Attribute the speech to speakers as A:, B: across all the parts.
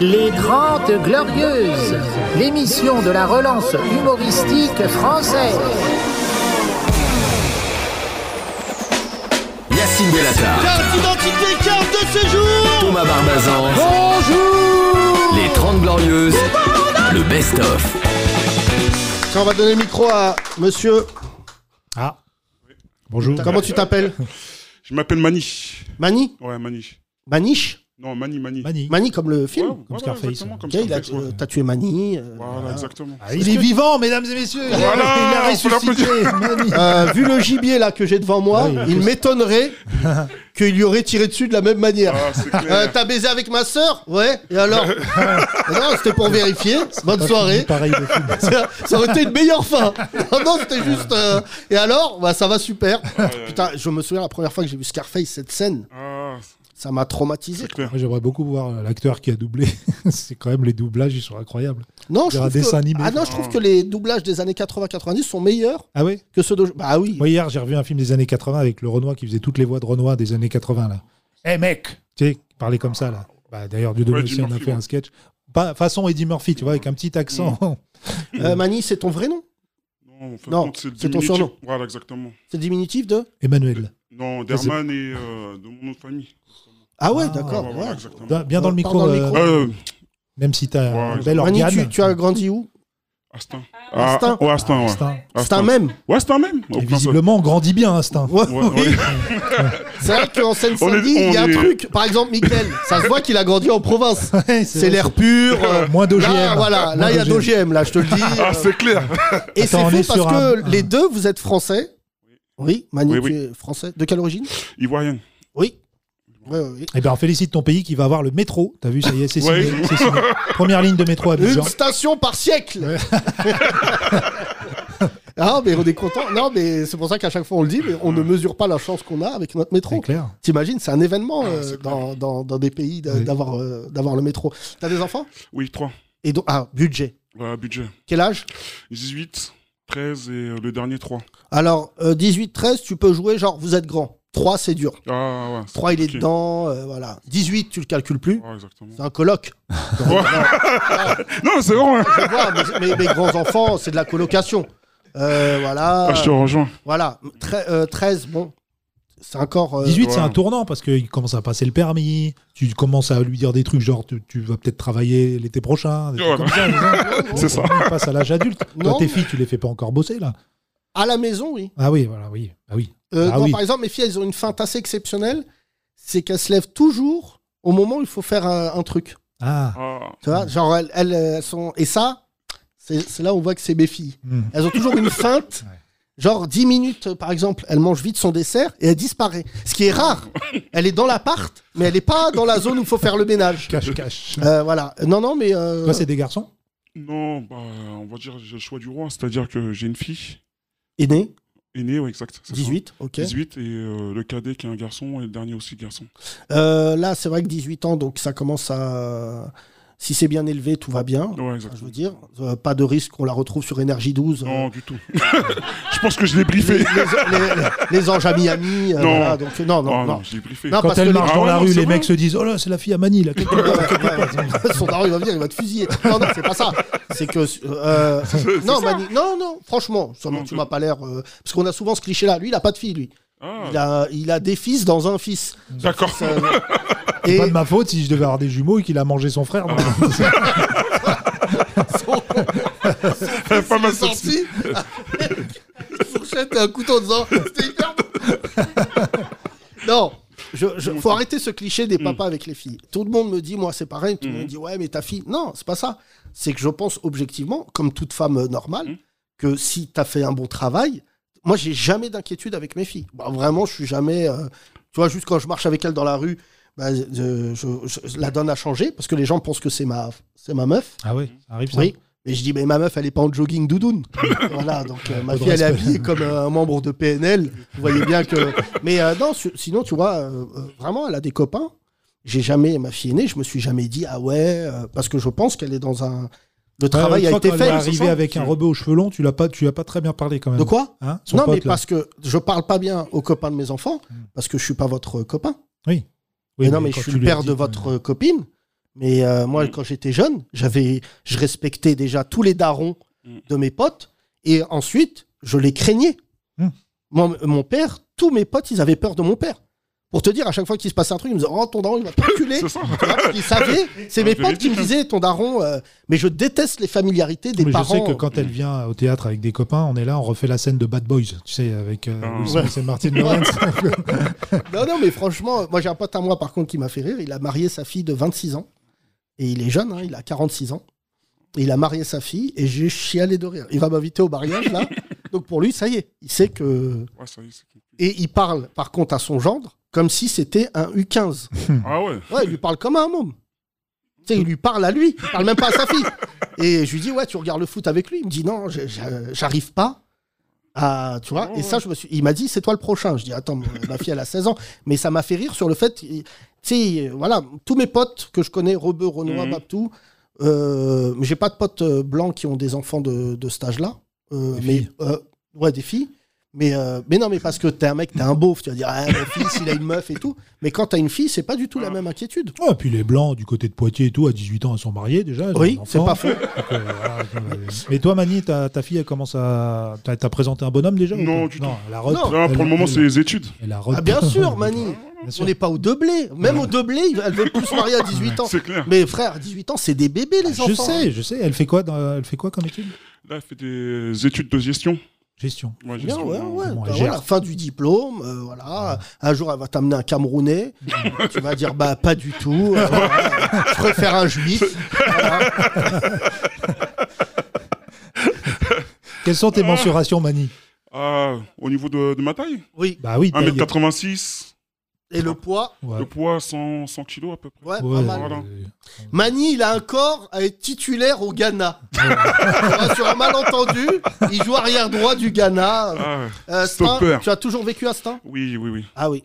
A: Les Grandes Glorieuses, l'émission de la relance humoristique française.
B: Yacine Bellatar,
C: Carte d'identité, carte de séjour
B: Thomas Barbazan,
A: Bonjour
B: les 30 Glorieuses, le best-of.
C: Tiens, on va donner le micro à monsieur.
D: Ah. Bonjour.
C: Comment tu t'appelles
E: Je m'appelle Mani.
C: Mani
E: Ouais, Mani.
C: Maniche
E: Non, Mani, Mani.
D: Mani.
C: Mani comme le film
E: Ouais, ouais,
D: Scarface.
E: exactement, comme
C: Ok, il a
E: Scarface, ouais.
C: euh, t'as tué Mani. euh,
E: Voilà, exactement.
D: Ah, il est vivant, mesdames et messieurs. Il a-
E: Voilà,
D: il a
E: on peut
D: ressuscité. Mani.
C: euh, vu le gibier là que j'ai devant moi, il m'étonnerait qu'il y aurait tiré dessus de la même manière.
E: Ah, c'est
C: Euh,
E: clair.
C: T'as baisé avec ma sœur Ouais. Et alors Non, c'était pour vérifier. Bonne soirée.
D: Pareil, le film.
C: Ça ça aurait été une meilleure fin. Non, non, c'était juste. euh, Et alors Bah, ça va super.
E: ouais.
C: Putain, je me souviens la première fois que j'ai vu Scarface, cette scène,
E: Ah,
C: ça m'a traumatisé.
E: c'est clair.
D: Moi, j'aimerais beaucoup voir euh, l'acteur qui a doublé. C'est quand même les doublages, ils sont incroyables.
C: Non, je
D: Vers un
C: trouve, que...
D: dessin animé.
C: Ah non, je trouve que les doublages des années 80-90 sont meilleurs
D: Ah ouais
C: que ceux d'aujourd'hui. Bah oui.
D: Moi, hier, j'ai revu un film des années 80 avec le Renoir qui faisait toutes les voix de Renoir des années 80, là. Eh mec Tu sais, il parlait comme ça, là. Bah, D'ailleurs, du
E: Ouais,
D: double
E: Eddie
D: aussi, on a
E: Murphy,
D: fait
E: ouais. Mm.
D: un sketch. Pas, façon Eddie Murphy, tu vois, avec un petit accent.
C: Euh, Mani, c'est ton vrai nom
E: Non, en fait,
C: Non,
E: compte, c'est le
C: c'est ton
E: diminutif.
C: surnom.
E: Voilà, exactement.
C: C'est le diminutif de
D: Emmanuel.
E: Non, Derman et euh, de mon nom de famille.
C: Ah ouais,
D: Ah,
C: d'accord.
E: voilà,
C: ouais.
E: voilà, exactement.
D: Bien bien dans le
C: Pas
D: micro,
C: dans le
D: euh,
C: micro.
E: Euh,
D: même si t'as
E: Ouais,
D: un bel
C: Mani,
D: organe.
C: tu, tu as grandi où
E: Astin.
C: Astin.
E: Ah, ouais, Astin, ouais.
D: Astin.
C: C'est un même.
E: Ouais, Astin même. Au plein
D: Et
E: sol.
D: visiblement, on grandit bien, Instinct.
C: Ouais,
E: Ouais,
C: oui.
E: ouais.
C: C'est vrai qu'en Seine-Saint-Denis,
E: On est- on
C: il y a un
E: est-
C: truc. Par exemple, Mickaël, ça se voit qu'il a grandi en province. C'est
D: vrai,
C: l'air pur. euh,
D: Moins d'OGM.
C: Là, voilà, là, il y a d'OGM, là, je te le dis.
E: Ah, c'est clair.
C: Et c'est
D: Attends, on
C: fait
D: est
C: parce
D: sur
C: que
D: un-
C: les deux, vous êtes français. Oui, Mani,
E: Oui,
C: tu
E: oui.
C: es français. De quelle origine
E: Ivoirienne.
C: Oui. Ouais, ouais, oui.
D: Eh bien, on félicite ton pays qui va avoir le métro. T'as vu, ça y est, c'est
E: Ouais.
D: signé, c'est signé. Première ligne de métro à Abidjan.
C: Une station par siècle Ah, mais on est content. Non, mais c'est pour ça qu'à chaque fois on le dit, mais on ne mesure pas la chance qu'on a avec notre
D: C'est
C: métro.
D: clair.
C: T'imagines, c'est un événement euh,
E: Ah, c'est clair.
C: dans, dans, dans des pays de-
D: Oui.
C: d'avoir euh, d'avoir le métro. T'as des enfants
E: Oui, 3.
C: Et donc, Ah, budget.
E: Voilà, budget.
C: Quel âge
E: 18, 13 et euh, le dernier 3.
C: Alors, 18-13, tu peux jouer genre vous êtes grand. 3, c'est dur.
E: Ah, ouais. c'est
C: 3, il est
E: compliqué.
C: dedans. euh, voilà. 18, tu le calcules plus.
E: Ouais, exactement.
C: C'est un colloque.
E: Non, c'est bon, hein. ouais.
D: Ah.
C: Tu vois, mes, mes- mes grands-enfants, c'est de la colocation. Euh, voilà.
E: Ah, je te rejoins.
C: Voilà, Tre- euh, 13, bon, c'est encore. euh,
D: 18, c'est
E: ouais.
D: un tournant parce qu'il commence à passer le permis. Tu commences à lui dire des trucs genre tu, tu vas peut-être travailler l'été prochain. des trucs
E: Ouais.
D: comme ça, disons.
E: C'est ça.
D: Il passe à l'âge adulte.
C: Non.
D: Toi, tes filles, tu les fais pas encore bosser là
C: À la maison, oui.
D: Ah oui, voilà, oui. Ah oui.
C: Euh,
D: Ah
C: non,
D: oui.
C: Par exemple, mes filles, elles ont une feinte assez exceptionnelle. C'est qu'elles se lèvent toujours au moment où il faut faire euh, un, un truc.
D: Ah.
E: Ah,
C: Tu vois, genre, elles, elles, euh, sont. Et ça, c'est c'est là où on voit que c'est mes filles.
D: Hmm.
C: Elles ont toujours une feinte. Genre 10 minutes, euh, par exemple, elle mange vite son dessert et elle disparaît. Ce qui est rare. Elle est dans l'appart, mais elle n'est pas dans la zone où il faut faire le ménage.
D: Cache, cache.
C: Euh, voilà. Non, non, mais. euh,
D: Toi, c'est des garçons
E: non, bah, on va dire j'ai le choix du roi, c'est-à-dire que j'ai une fille
C: aîné,
E: aînée, ouais, exact. c'est ça.
C: 18, ok.
E: 18 et euh, le cadet qui est un garçon et le dernier aussi garçon.
C: Euh, là, c'est vrai que 18 ans, donc ça commence à. Si c'est bien élevé, tout va bien.
E: Ouais,
C: Enfin,
E: exactement.
C: Ah, Je veux dire, euh, pas de risque qu'on la retrouve sur Énergie 12. euh,
E: Non, du tout. je pense que je l'ai
C: les,
E: briefé.
C: les- les- les anges à Miami. euh,
E: Non.
C: voilà, donc, non, non,
E: Ah,
C: non.
E: non, je l'ai briefé.
C: Non,
D: Quand
C: parce
D: elle
C: que les-
D: marche
E: Ah
D: dans
E: ouais,
D: la
E: non,
D: rue,
E: c'est
D: les
E: vrai.
D: mecs se disent Oh là, c'est la fille à Manille. là.
C: Son daron, il va venir, il va te fusiller. Non, non, c'est pas ça. C'est que. euh, non, Mani- non, non, franchement, ça m'a-
E: Non,
C: tu
E: c'est-
C: m'as pas l'air. euh, parce qu'on a souvent ce cliché-là. Lui, il a pas de fille, lui.
E: Ah,
C: Il a, il a des fils dans un fils.
E: d'accord.
C: Ça-
D: C'est
C: et
D: pas de ma faute si je devais avoir des jumeaux et qu'il a mangé son frère.
C: son-
E: Pas mal
C: C'est
E: sorti.
C: sorti avec une fourchette et un couteau en disant c'était hyper bon. Non, Hmm. je, je- faut arrêter ce cliché des papas avec les filles. Tout le monde me dit, moi c'est pareil, tout le monde dit ouais, mais ta fille. Non, c'est pas ça. C'est que je pense objectivement, comme toute femme euh, normale, que si t'as fait un bon travail, moi j'ai jamais d'inquiétude avec mes filles. Bah, vraiment, je suis jamais. euh, tu vois, juste quand je marche avec elles dans la rue, bah, euh, je, je la donne à changer parce que les gens pensent que c'est ma, c'est ma meuf.
D: Ah oui, ça arrive ça.
C: Oui. Mais je dis, mais ma meuf, elle est pas en jogging doudoune. voilà, donc euh, ma
D: Pas de
C: fille, elle est
D: respect.
C: habillée comme euh, un membre de PNL. Vous voyez bien que. Mais euh, non, su- sinon, tu vois, euh, euh, vraiment, elle a des copains. J'ai jamais, ma fille aînée, je me suis jamais dit, ah ouais, euh, parce que je pense qu'elle est dans un. Le travail a été
D: Euh, quand elle est
C: fait.
D: arrivée avec un rebeu aux cheveux longs, tu l'as pas, tu as pas très bien parlé quand même.
C: De quoi
D: Hein, son
C: Non,
D: pote,
C: mais
D: là. Mm.
C: parce que je parle pas bien aux copains de mes enfants, parce que je suis pas votre copain.
D: Oui.
C: Mais non, mais
D: quand
C: je suis
D: tu
C: le
D: lui as
C: père
D: dit
C: de
D: que-
C: votre euh, copine. Mais euh, moi, quand j'étais jeune, j'avais, je respectais déjà tous les darons
E: Mm.
C: de mes potes. Et ensuite, je les craignais.
D: Mm.
C: Mon, mon père, tous mes potes, ils avaient peur de mon père. Pour te dire, à chaque fois qu'il se passait un truc, ils me disaient Oh, ton daron, il va t'enculer.
E: C'est ça.
C: Tu vois, Ils savaient. C'est
E: Ouais,
C: mes
E: je
C: potes
E: l'ai
C: qui me
E: dit, hein.
C: disaient Ton daron. euh, mais je déteste les familiarités des
D: Mais
C: parents. euh,
D: je sais que quand elle vient au théâtre avec des copains, on est là, on refait la scène de Bad Boys, tu sais, avec euh,
E: Ah.
D: Will Smith et Martin Lawrence.
C: Non, non, mais franchement, moi j'ai un pote à moi par contre qui m'a fait rire. Il a marié sa fille de 26 ans. Et il est jeune, hein, il a 46 ans. Et il a marié sa fille et j'ai chialé de rire. Il va m'inviter au mariage là. Donc pour lui, ça y est, il sait que.
E: Ouais, ça y est, c'est compliqué.
C: Et il parle par contre à son gendre comme si c'était un U15.
E: Ah ouais.
C: Ouais, il lui parle comme à un môme. Tu sais, il lui parle à lui, il parle même pas à sa fille. Et je lui dis, ouais, tu regardes le foot avec lui. Il me dit, non, je- je- j'arrive pas à. Tu vois,
E: Oh,
C: et ça, je me suis. Il m'a dit, c'est toi le prochain. Je dis, attends, ma fille, elle a 16 ans. Mais ça m'a fait rire sur le fait. Tu sais, voilà, tous mes potes que je connais, Rebeu, Renoir,
E: Mhm.
C: Babtou, euh, j'ai pas de potes euh, blancs qui ont des enfants de, de cet âge-là. Euh,
D: Des
C: mais,
D: filles.
C: euh, ouais, des filles. Mais, euh, mais non, mais parce que t'es un mec, t'es un beauf, tu vas dire, ah, mon fils, il a une meuf et tout. Mais quand t'as une fille, c'est pas du tout la même inquiétude.
D: Ouais, et puis les blancs du côté de Poitiers et tout, à 18 ans, ils sont mariés déjà. ils ont
C: Oui,
D: des
C: c'est
D: enfants.
C: pas faux.
D: Donc, euh, voilà, euh, Mais toi, Mani, ta, ta fille, elle commence à. T'as t'as présenté un bonhomme déjà ou
E: Non,
D: pas
E: du
D: Non, elle a
C: Oh,
D: rep-
E: Là,
D: elle-
E: pour le moment,
D: elle-
E: c'est les études.
D: elle a rep-
C: Ah, bien sûr, Mani.
D: Bien sûr.
C: On n'est pas au deux blés. Même au deux blés, elle veut plus se marier à 18 ans.
E: C'est clair.
C: Mais frère, 18 ans, c'est des bébés, les enfants.
D: Je sais, je sais. Elle fait quoi, dans- elle fait quoi comme étude
E: Là, elle fait des études de gestion.
D: Gestion.
E: Ouais,
C: Bien,
E: gestion,
C: ouais,
E: hein.
C: ouais.
D: Bon,
C: Bah,
D: elle
C: voilà,
D: gère.
C: fin du diplôme, euh, voilà. Un jour, elle va t'amener un Camerounais. tu vas dire, bah, pas du tout. euh, voilà, Je préfère un juif. Voilà.
D: Quelles sont tes mensurations, Mani
E: Ah, au niveau de, de ma taille
C: Oui.
D: Bah oui,
E: Ah,
D: taille-
E: 1m86,
C: Et le poids,
D: Ouais.
E: le poids 100, 100 kilos à peu
C: ouais,
E: près.
D: Ouais,
C: pas mal.
E: Ah, Voilà.
D: euh,
C: Mani, il a un corps à être titulaire au Ghana. Voilà, Sur un malentendu, il joue arrière droit du Ghana.
E: Ah,
C: Euh, Stein,
E: Stopper.
C: tu as toujours vécu à Stein
E: oui, oui, oui.
C: Ah oui.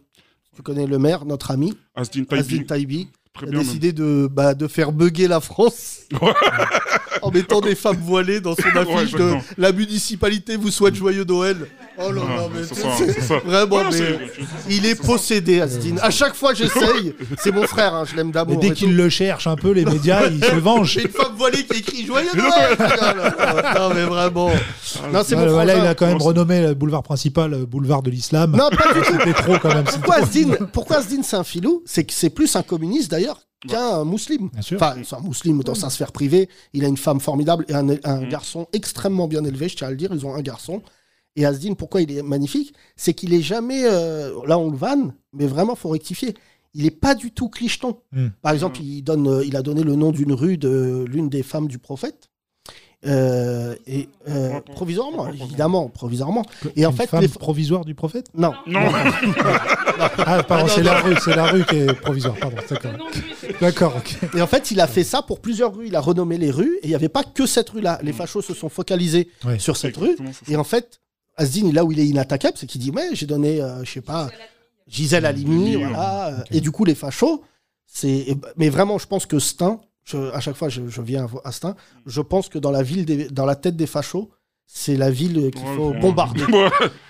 C: Tu connais le maire, notre ami,
E: Asdin
C: Azim
E: Taibi.
C: Taibi,
E: Très
C: qui a
E: bien. même.
C: décidé de, bah, de faire bugger la France
E: Ouais.
C: en mettant des femmes voilées dans son affiche de
E: j'adore.
C: La municipalité vous souhaite joyeux Noël. Oh là
E: Ah,
C: là, mais
E: c'est
C: tu
E: ça,
C: sais,
E: c'est ça.
C: vraiment,
E: Ouais,
C: mais
E: c'est- tu- c'est-
C: il est
E: c'est ça.
C: possédé, Asdin. À chaque fois, j'essaye. C'est mon frère, hein, je l'aime
D: Mais
C: d'amour.
D: dès
C: et
D: qu'ils
C: tout.
D: le cherchent un peu, les médias, ils se vengent.
C: J'ai une femme voilée qui écrit Joyeux Noël Non, mais vraiment.
E: Ah,
C: Non, c'est
D: Voilà,
C: mon
D: Ah, voilà,
C: frangin.
D: il a quand même
E: Non,
D: renommé le boulevard principal euh, boulevard de l'islam.
C: Non, pas du tout.
D: C'était trop quand même. c'est
C: Pourquoi
D: trop.
C: Asdin, pourquoi Asdin, c'est un filou C'est que c'est plus un communiste d'ailleurs
E: Bah.
C: qu'un musulman.
D: Bien sûr.
C: Enfin, c'est un musulman dans sa sphère privée. Il a une femme formidable et un, un
D: Mm.
C: garçon extrêmement bien élevé, je tiens à le dire. Ils ont un garçon. Et Asdin, pourquoi il est magnifique C'est qu'il est jamais. euh, là, on le vanne, mais vraiment, faut rectifier. Il n'est pas du tout clicheton.
D: Mm.
C: Par exemple, il, donne, euh, il a donné le nom d'une rue de l'une des femmes du prophète. Euh, et euh,
E: Ouais,
C: provisoirement,
E: ouais, ouais.
C: évidemment, provisoirement. Et
D: Une
C: en fait,
D: femme
C: les...
D: provisoire du prophète
C: non,
E: Non,
D: Ah, pardon,
C: Ah, non,
D: c'est
C: non.
D: la rue, c'est la rue qui est provisoire. Pardon, d'accord. D'accord, ok.
C: Et en fait, il a fait ça pour plusieurs rues. Il a renommé les rues et il n'y avait pas que cette rue-là.
D: Mm.
C: Les fachos se sont focalisés
D: Ouais.
C: sur cette rue.
E: Exactement, c'est
C: Et en fait, Asdin, là où il est inattaquable, c'est qu'il dit Ouais, j'ai donné, euh, je sais pas, Gisèle Halimi,
E: Halimi,
C: voilà. euh, Et du coup, les fachos, c'est. et bah, Mais vraiment, je pense que Stein, je- à chaque fois, je, je viens à vo- à Stein, je pense que dans la, ville des- dans la tête des fachos, c'est la ville qu'il
E: Ouais,
C: faut
E: ouais.
C: bombarder.
E: Ouais,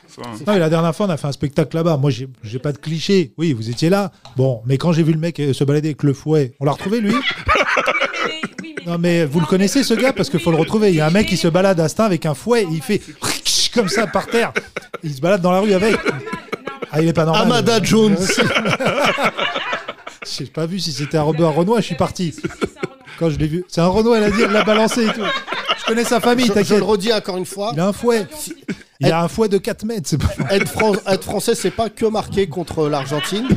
E: ça. hein.
D: Non, mais la dernière fois, on a fait un spectacle là-bas. Moi, j'ai j'ai pas de cliché. Oui, vous étiez là. Bon, mais quand j'ai vu le mec euh, se balader avec le fouet, on l'a retrouvé lui Non, mais vous le connaissez ce gars parce qu'il faut le retrouver. Il y a un mec qui se balade à Stein avec un fouet. Il fait comme ça par terre. Il se balade dans la rue avec. Ah, il est pas normal.
C: Amada Jones.
D: J'ai pas vu si c'était un Robert Renoir. Je suis parti. Quand je l'ai vu, c'est un Renoir. Elle a dit, elle l'a balancé et tout. Je connais sa famille.
C: Je, je
D: T'inquiète.
C: le redis encore une fois.
D: Il a un fouet. Il a un fouet de 4 mètres. C'est pas.
C: être, Fran- être français, c'est pas que marquer contre l'Argentine.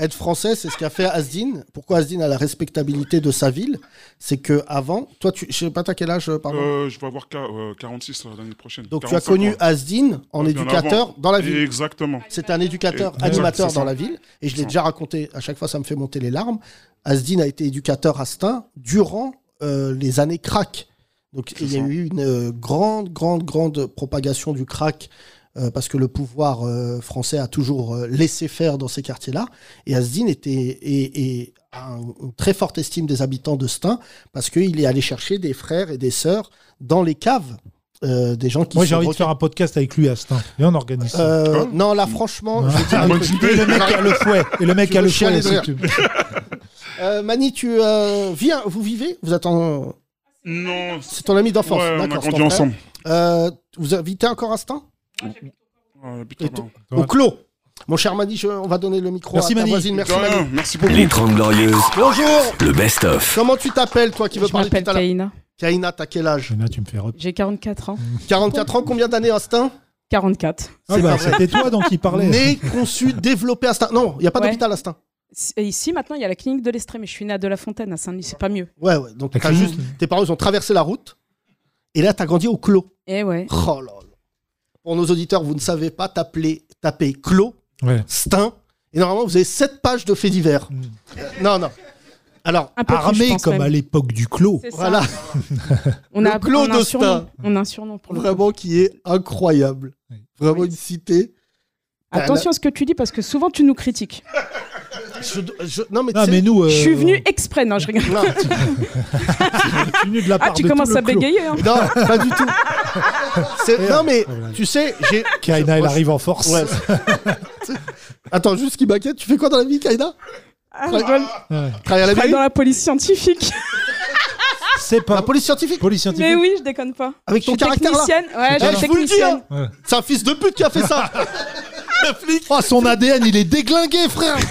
C: Être français, c'est ce qu'a fait Asdin. Pourquoi Asdin a la respectabilité de sa ville C'est que avant, toi, tu, je sais pas t'as quel âge, euh, pardon.
E: Euh, je vais avoir qua- euh, 46 l'année prochaine.
C: Donc tu as
E: 45
C: connu
E: ans.
C: Asdin en
E: Bien
C: éducateur
E: avant.
C: dans la ville.
E: Exactement.
C: C'était un
D: Euh,
C: éducateur
E: Exact,
C: animateur
E: c'est
C: dans
E: ça.
C: la ville. Et je l'ai déjà raconté, à chaque fois, ça me fait monter les larmes. Asdin a été éducateur à Stein durant euh, les années crack. Donc
E: C'est
C: il y a
E: ça.
C: eu une euh, grande, grande, grande propagation du crack. euh, parce que le pouvoir euh, français a toujours euh, laissé faire dans ces quartiers-là. Et Asdin était, et, et a un- une très forte estime des habitants de Stein parce qu'il est allé chercher des frères et des sœurs dans les caves euh, des gens qui
D: Moi,
C: se
D: j'ai envie de
C: broquaient.
D: faire un podcast avec lui à ce temps. Et on organise ça. Ah,
C: Euh, non, là, franchement, je vais dire un
E: Bonne
C: truc.
E: idée.
D: Et le mec a le fouet. Et le mec
C: Je
D: a le
C: veux chialer
D: fouet.
C: de
D: si
C: rire.
D: tu-
C: Euh, Mani, tu euh, viens, vous vivez Vous êtes en-
E: Non. c'est-
C: C'est ton ami d'enfance.
E: Ouais, on a
C: d'accord, c'est
E: grandi
C: ton
E: ensemble.
C: frère. Euh, vous invitez encore un instant
E: Ah,
C: Et
E: putain,
C: tout.
E: pardon.
D: Ouais.
C: Au clos. Mon cher Mani, je- on va donner le micro
D: Merci,
C: à ta
D: Mani.
C: voisine. Merci
E: De rien,
C: Mani.
E: Merci beaucoup.
B: Les 30 Glorieuses,
C: Bonjour.
B: le best-of.
C: Comment tu t'appelles, toi, qui veux
F: Je
C: parler
F: m'appelle
C: tout à l'heure
F: Kaina.
C: Kaina, t'as quel âge
D: Jenna, tu me fais rep-
F: J'ai 44 ans.
C: 44 ans, combien d'années, Instinct
F: 44.
D: Ah bah, c'était toi dont il parlait.
C: Né, conçu, développé, Instinct. Non, il n'y a pas
F: Ouais.
C: d'hôpital, Instinct.
F: Et ici, maintenant, il y a la clinique de l'Estrée, mais je suis née à De La Fontaine, à Saint-Denis, c'est pas mieux.
C: Ouais, ouais. Donc,
D: La
C: t'as
D: clinique.
C: juste... tes parents, ils ont traversé la route. Et là, t'as grandi au clos.
F: Eh ouais.
C: Oh là là. Pour nos auditeurs, vous ne savez pas taper, taper clos,
D: Ouais.
C: Stein. Et normalement, vous avez 7 pages de faits divers.
D: Mm.
C: Euh, Non, non. Alors,
F: Un peu plus, je
D: Armé
F: pense
D: comme
F: même.
D: à l'époque du clos.
F: C'est ça.
C: voilà,
F: On
C: Le
F: a,
C: Clos
F: on a un
C: d'Austin.
F: surnom. On a un surnom pour le coup.
C: vraiment qui est incroyable.
D: Oui.
C: Vraiment une cité.
F: Attention à ce que tu dis parce que souvent tu nous critiques.
C: Je- je- non, mais, tu
D: Non,
C: sais-
D: mais nous. euh,
F: Je suis venu exprès, non, je rigole.
C: Non,
D: je suis venu de la
F: Ah,
D: part
F: tu
D: de tout
F: commences
D: le
F: à
D: clos.
F: bégayer, hein.
C: non, pas du tout. C'est- Non, mais tu sais, j'ai.
D: Kaina, elle arrive en force.
C: Ouais. Attends, juste ce qui m'inquiète, tu fais quoi dans la vie, Kaina
F: Ah, je rigole.
D: Ouais.
C: Travaille à la
F: Je travaille
C: mairie
F: dans la police scientifique.
C: Ah,
D: C'est pas.
C: La police scientifique
D: Police scientifique.
F: Mais oui, je déconne pas.
C: Avec
F: Je
C: ton
F: suis
C: caractère là
F: technicienne. Ouais,
C: Eh,
F: je
C: je
F: suis
C: vous le dis, hein.
F: technicienne.
C: C'est un fils de pute qui a fait ça Le flic
D: Ah,
C: Oh, son ADN, il est déglingué, frère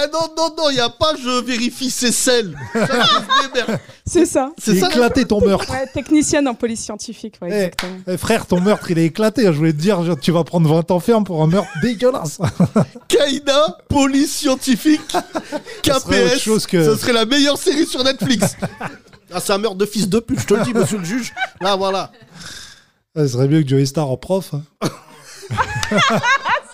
C: Eh non, non, non, y a pas je vérifie ses selles Chacun se démerde.
F: C'est ça.
C: C'est
D: J'ai
C: ça
D: éclaté ton meurtre.
F: Ouais, technicienne en police scientifique, ouais,
D: Eh.
F: exactement.
D: Eh, frère, ton meurtre, il est éclaté. Je voulais te dire, genre, tu vas prendre 20 ans ferme pour un meurtre dégueulasse.
C: Kaina, police scientifique,
D: Ça serait autre
C: KPS,
D: chose que-
C: ça serait la meilleure série sur Netflix Ah, c'est un meurtre de fils de pute, je te le dis, monsieur le juge Là, voilà
D: Eh, Ce serait mieux que Joey Star en prof. hein.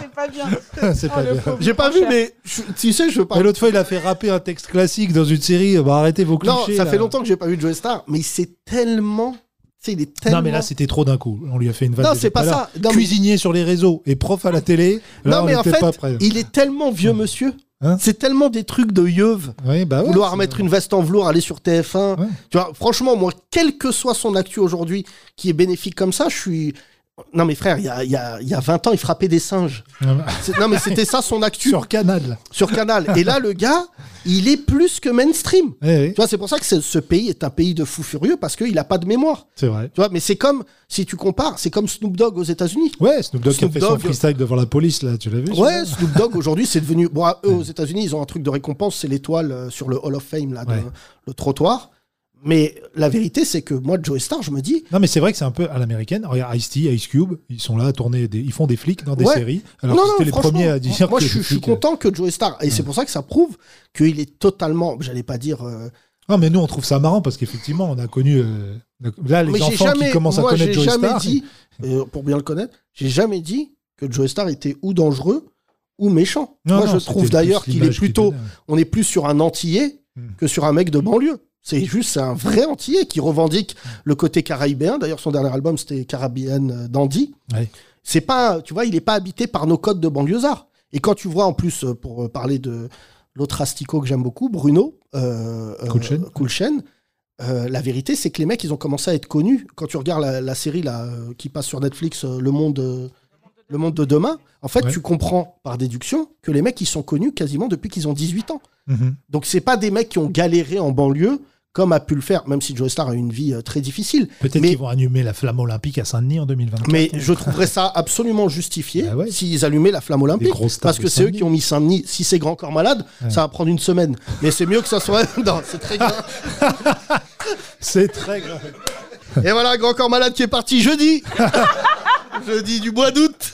F: C'est pas bien. Oh,
D: C'est pas bien.
C: J'ai pas vu, mais je- tu sais, je veux pas...
D: Et l'autre fois, il a fait rapper un texte classique dans une série. Bah, arrêtez vos clichés.
C: Non, ça
D: là.
C: fait longtemps que j'ai pas vu Joe Star, mais c'est tellement... Tu sais, il est tellement...
D: Non, mais là, c'était trop d'un coup. On lui a fait une vanne.
C: Non,
D: déjà
C: c'est
D: tout à
C: pas
D: l'heure.
C: ça. Non, mais-
D: Cuisinier sur les réseaux et prof à la télé. Là,
C: non,
D: on
C: mais en
D: n'était
C: fait,
D: pas prêt.
C: il est tellement vieux, monsieur.
D: Hein
C: c'est tellement des trucs de yeuve.
D: Oui, bah ouais,
C: Vouloir
D: c'est-
C: mettre une veste en velours, aller sur TF1.
D: Ouais.
C: Tu vois, franchement, moi, quelle que soit son actu aujourd'hui qui est bénéfique comme ça, je suis. Non, mais frère, il y a, il y a- il y a 20 ans, il frappait des singes.
D: Ah bah.
C: C'est- Non, mais c'était ça son actu sur...
D: sur Canal.
C: Canal. Et là, le gars, il est plus que mainstream.
D: Eh oui,
C: Tu vois, c'est pour ça que ce- ce pays est un pays de fous furieux parce qu'il n'a pas de mémoire.
D: c'est vrai.
C: Tu vois, mais c'est comme, si tu compares, c'est comme Snoop Dogg aux États-Unis.
D: Ouais, Snoop Dogg qui a
C: Snoop
D: fait son
C: Dogg.
D: freestyle devant la police, là, tu l'as vu
C: Ouais, Snoop Dogg aujourd'hui c'est devenu. Bon, à eux aux États-Unis ils ont un truc de récompense, c'est l'étoile euh, sur le Hall of Fame là, de-
D: Ouais.
C: le trottoir. Mais la vérité c'est que moi Joe Star, je me dis,
D: Non, mais c'est vrai que c'est un peu à l'américaine. Regarde, Ice-T, Ice Cube, ils sont là à tourner, des- ils font des flics dans des
C: Ouais.
D: séries. Alors que
C: non
D: c'était
C: non,
D: les
C: franchement,
D: premiers à dire
C: moi
D: que
C: je suis,
D: les
C: je suis
D: flics, euh,
C: content que Joe Star et c'est pour ça que ça prouve qu'il est totalement, j'allais pas dire. euh,
D: Non, mais nous, on trouve ça marrant parce qu'effectivement, on a connu. euh, Là, les
C: mais j'ai
D: enfants
C: jamais,
D: qui commencent à
C: moi,
D: connaître
C: j'ai
D: Joey
C: jamais
D: Star.
C: dit, euh, pour bien le connaître, j'ai jamais dit que Joe Star était ou dangereux ou méchant.
D: Non,
C: moi
D: non,
C: je
D: c'était
C: trouve
D: plus
C: d'ailleurs qu'il est
D: l'image
C: plutôt
D: donnait.
C: on est plus sur un antillais
D: Mm.
C: que sur un mec de banlieue. C'est juste c'est un vrai antillais qui revendique le côté caribéen. D'ailleurs, son dernier album, c'était Caribbean Dandy.
D: Ouais.
C: C'est pas, tu vois, il n'est pas habité par nos codes de banlieusard. Et quand tu vois, en plus, euh, pour euh, parler de l'autre asticot que j'aime beaucoup, Bruno euh, euh,
D: Coolchen.
C: Coolchen, euh, la vérité, c'est que les mecs, ils ont commencé à être connus. Quand tu regardes la, la série là, euh, qui passe sur Netflix, euh, Le Monde, euh, Le Monde de demain, en fait,
D: Ouais.
C: tu comprends par déduction que les mecs, ils sont connus quasiment depuis qu'ils ont 18 ans.
D: Mhm.
C: Donc c'est pas des mecs qui ont galéré en banlieue comme a pu le faire, même si Joe Star a une vie euh, très difficile.
D: Peut-être
C: Mais-
D: qu'ils vont annuler la flamme olympique à Saint-Denis en 2024.
C: Mais je trouverais ça absolument justifié
D: Bah ouais.
C: s'ils allumaient la flamme
D: Des
C: olympique.
D: grosses stars
C: Parce
D: de
C: que c'est eux
D: Saint-Denis.
C: qui ont mis Saint-Denis. Si c'est grand corps malade,
D: Ouais.
C: ça va prendre une semaine. Mais c'est mieux que ça soit. non, c'est très grave.
D: C'est très grave.
C: Et voilà, grand corps malade qui est parti jeudi. jeudi du mois d'août.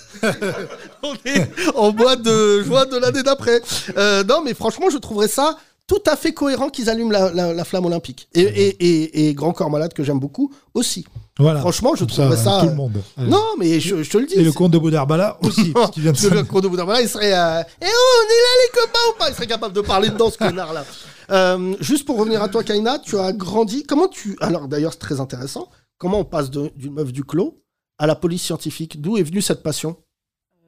C: On est en mois de juin de l'année d'après. Euh, non, mais franchement, je trouverais ça tout à fait cohérent qu'ils allument la, la- la flamme olympique. Et, et- et- et grand corps malade que j'aime beaucoup aussi.
D: Voilà.
C: Franchement, je
D: Comme ça,
C: trouverais ça.
D: Tout
C: euh,
D: le monde. Allez.
C: Non, mais je, je te le dis.
D: Et le
C: c'est-
D: comte de Boudarbala aussi, parce qu'il vient de
C: Parce que le
D: Saint-Denis.
C: con de Boudarbala, il serait. euh, Eh oh, on est là, les copains ou pas Il serait capable de parler dedans, ce connard-là. Euh, juste pour revenir à toi, Kaina, tu as grandi. Comment tu. Alors, d'ailleurs, c'est très intéressant. Comment on passe de- d'une meuf du clos à la police scientifique D'où est venue cette passion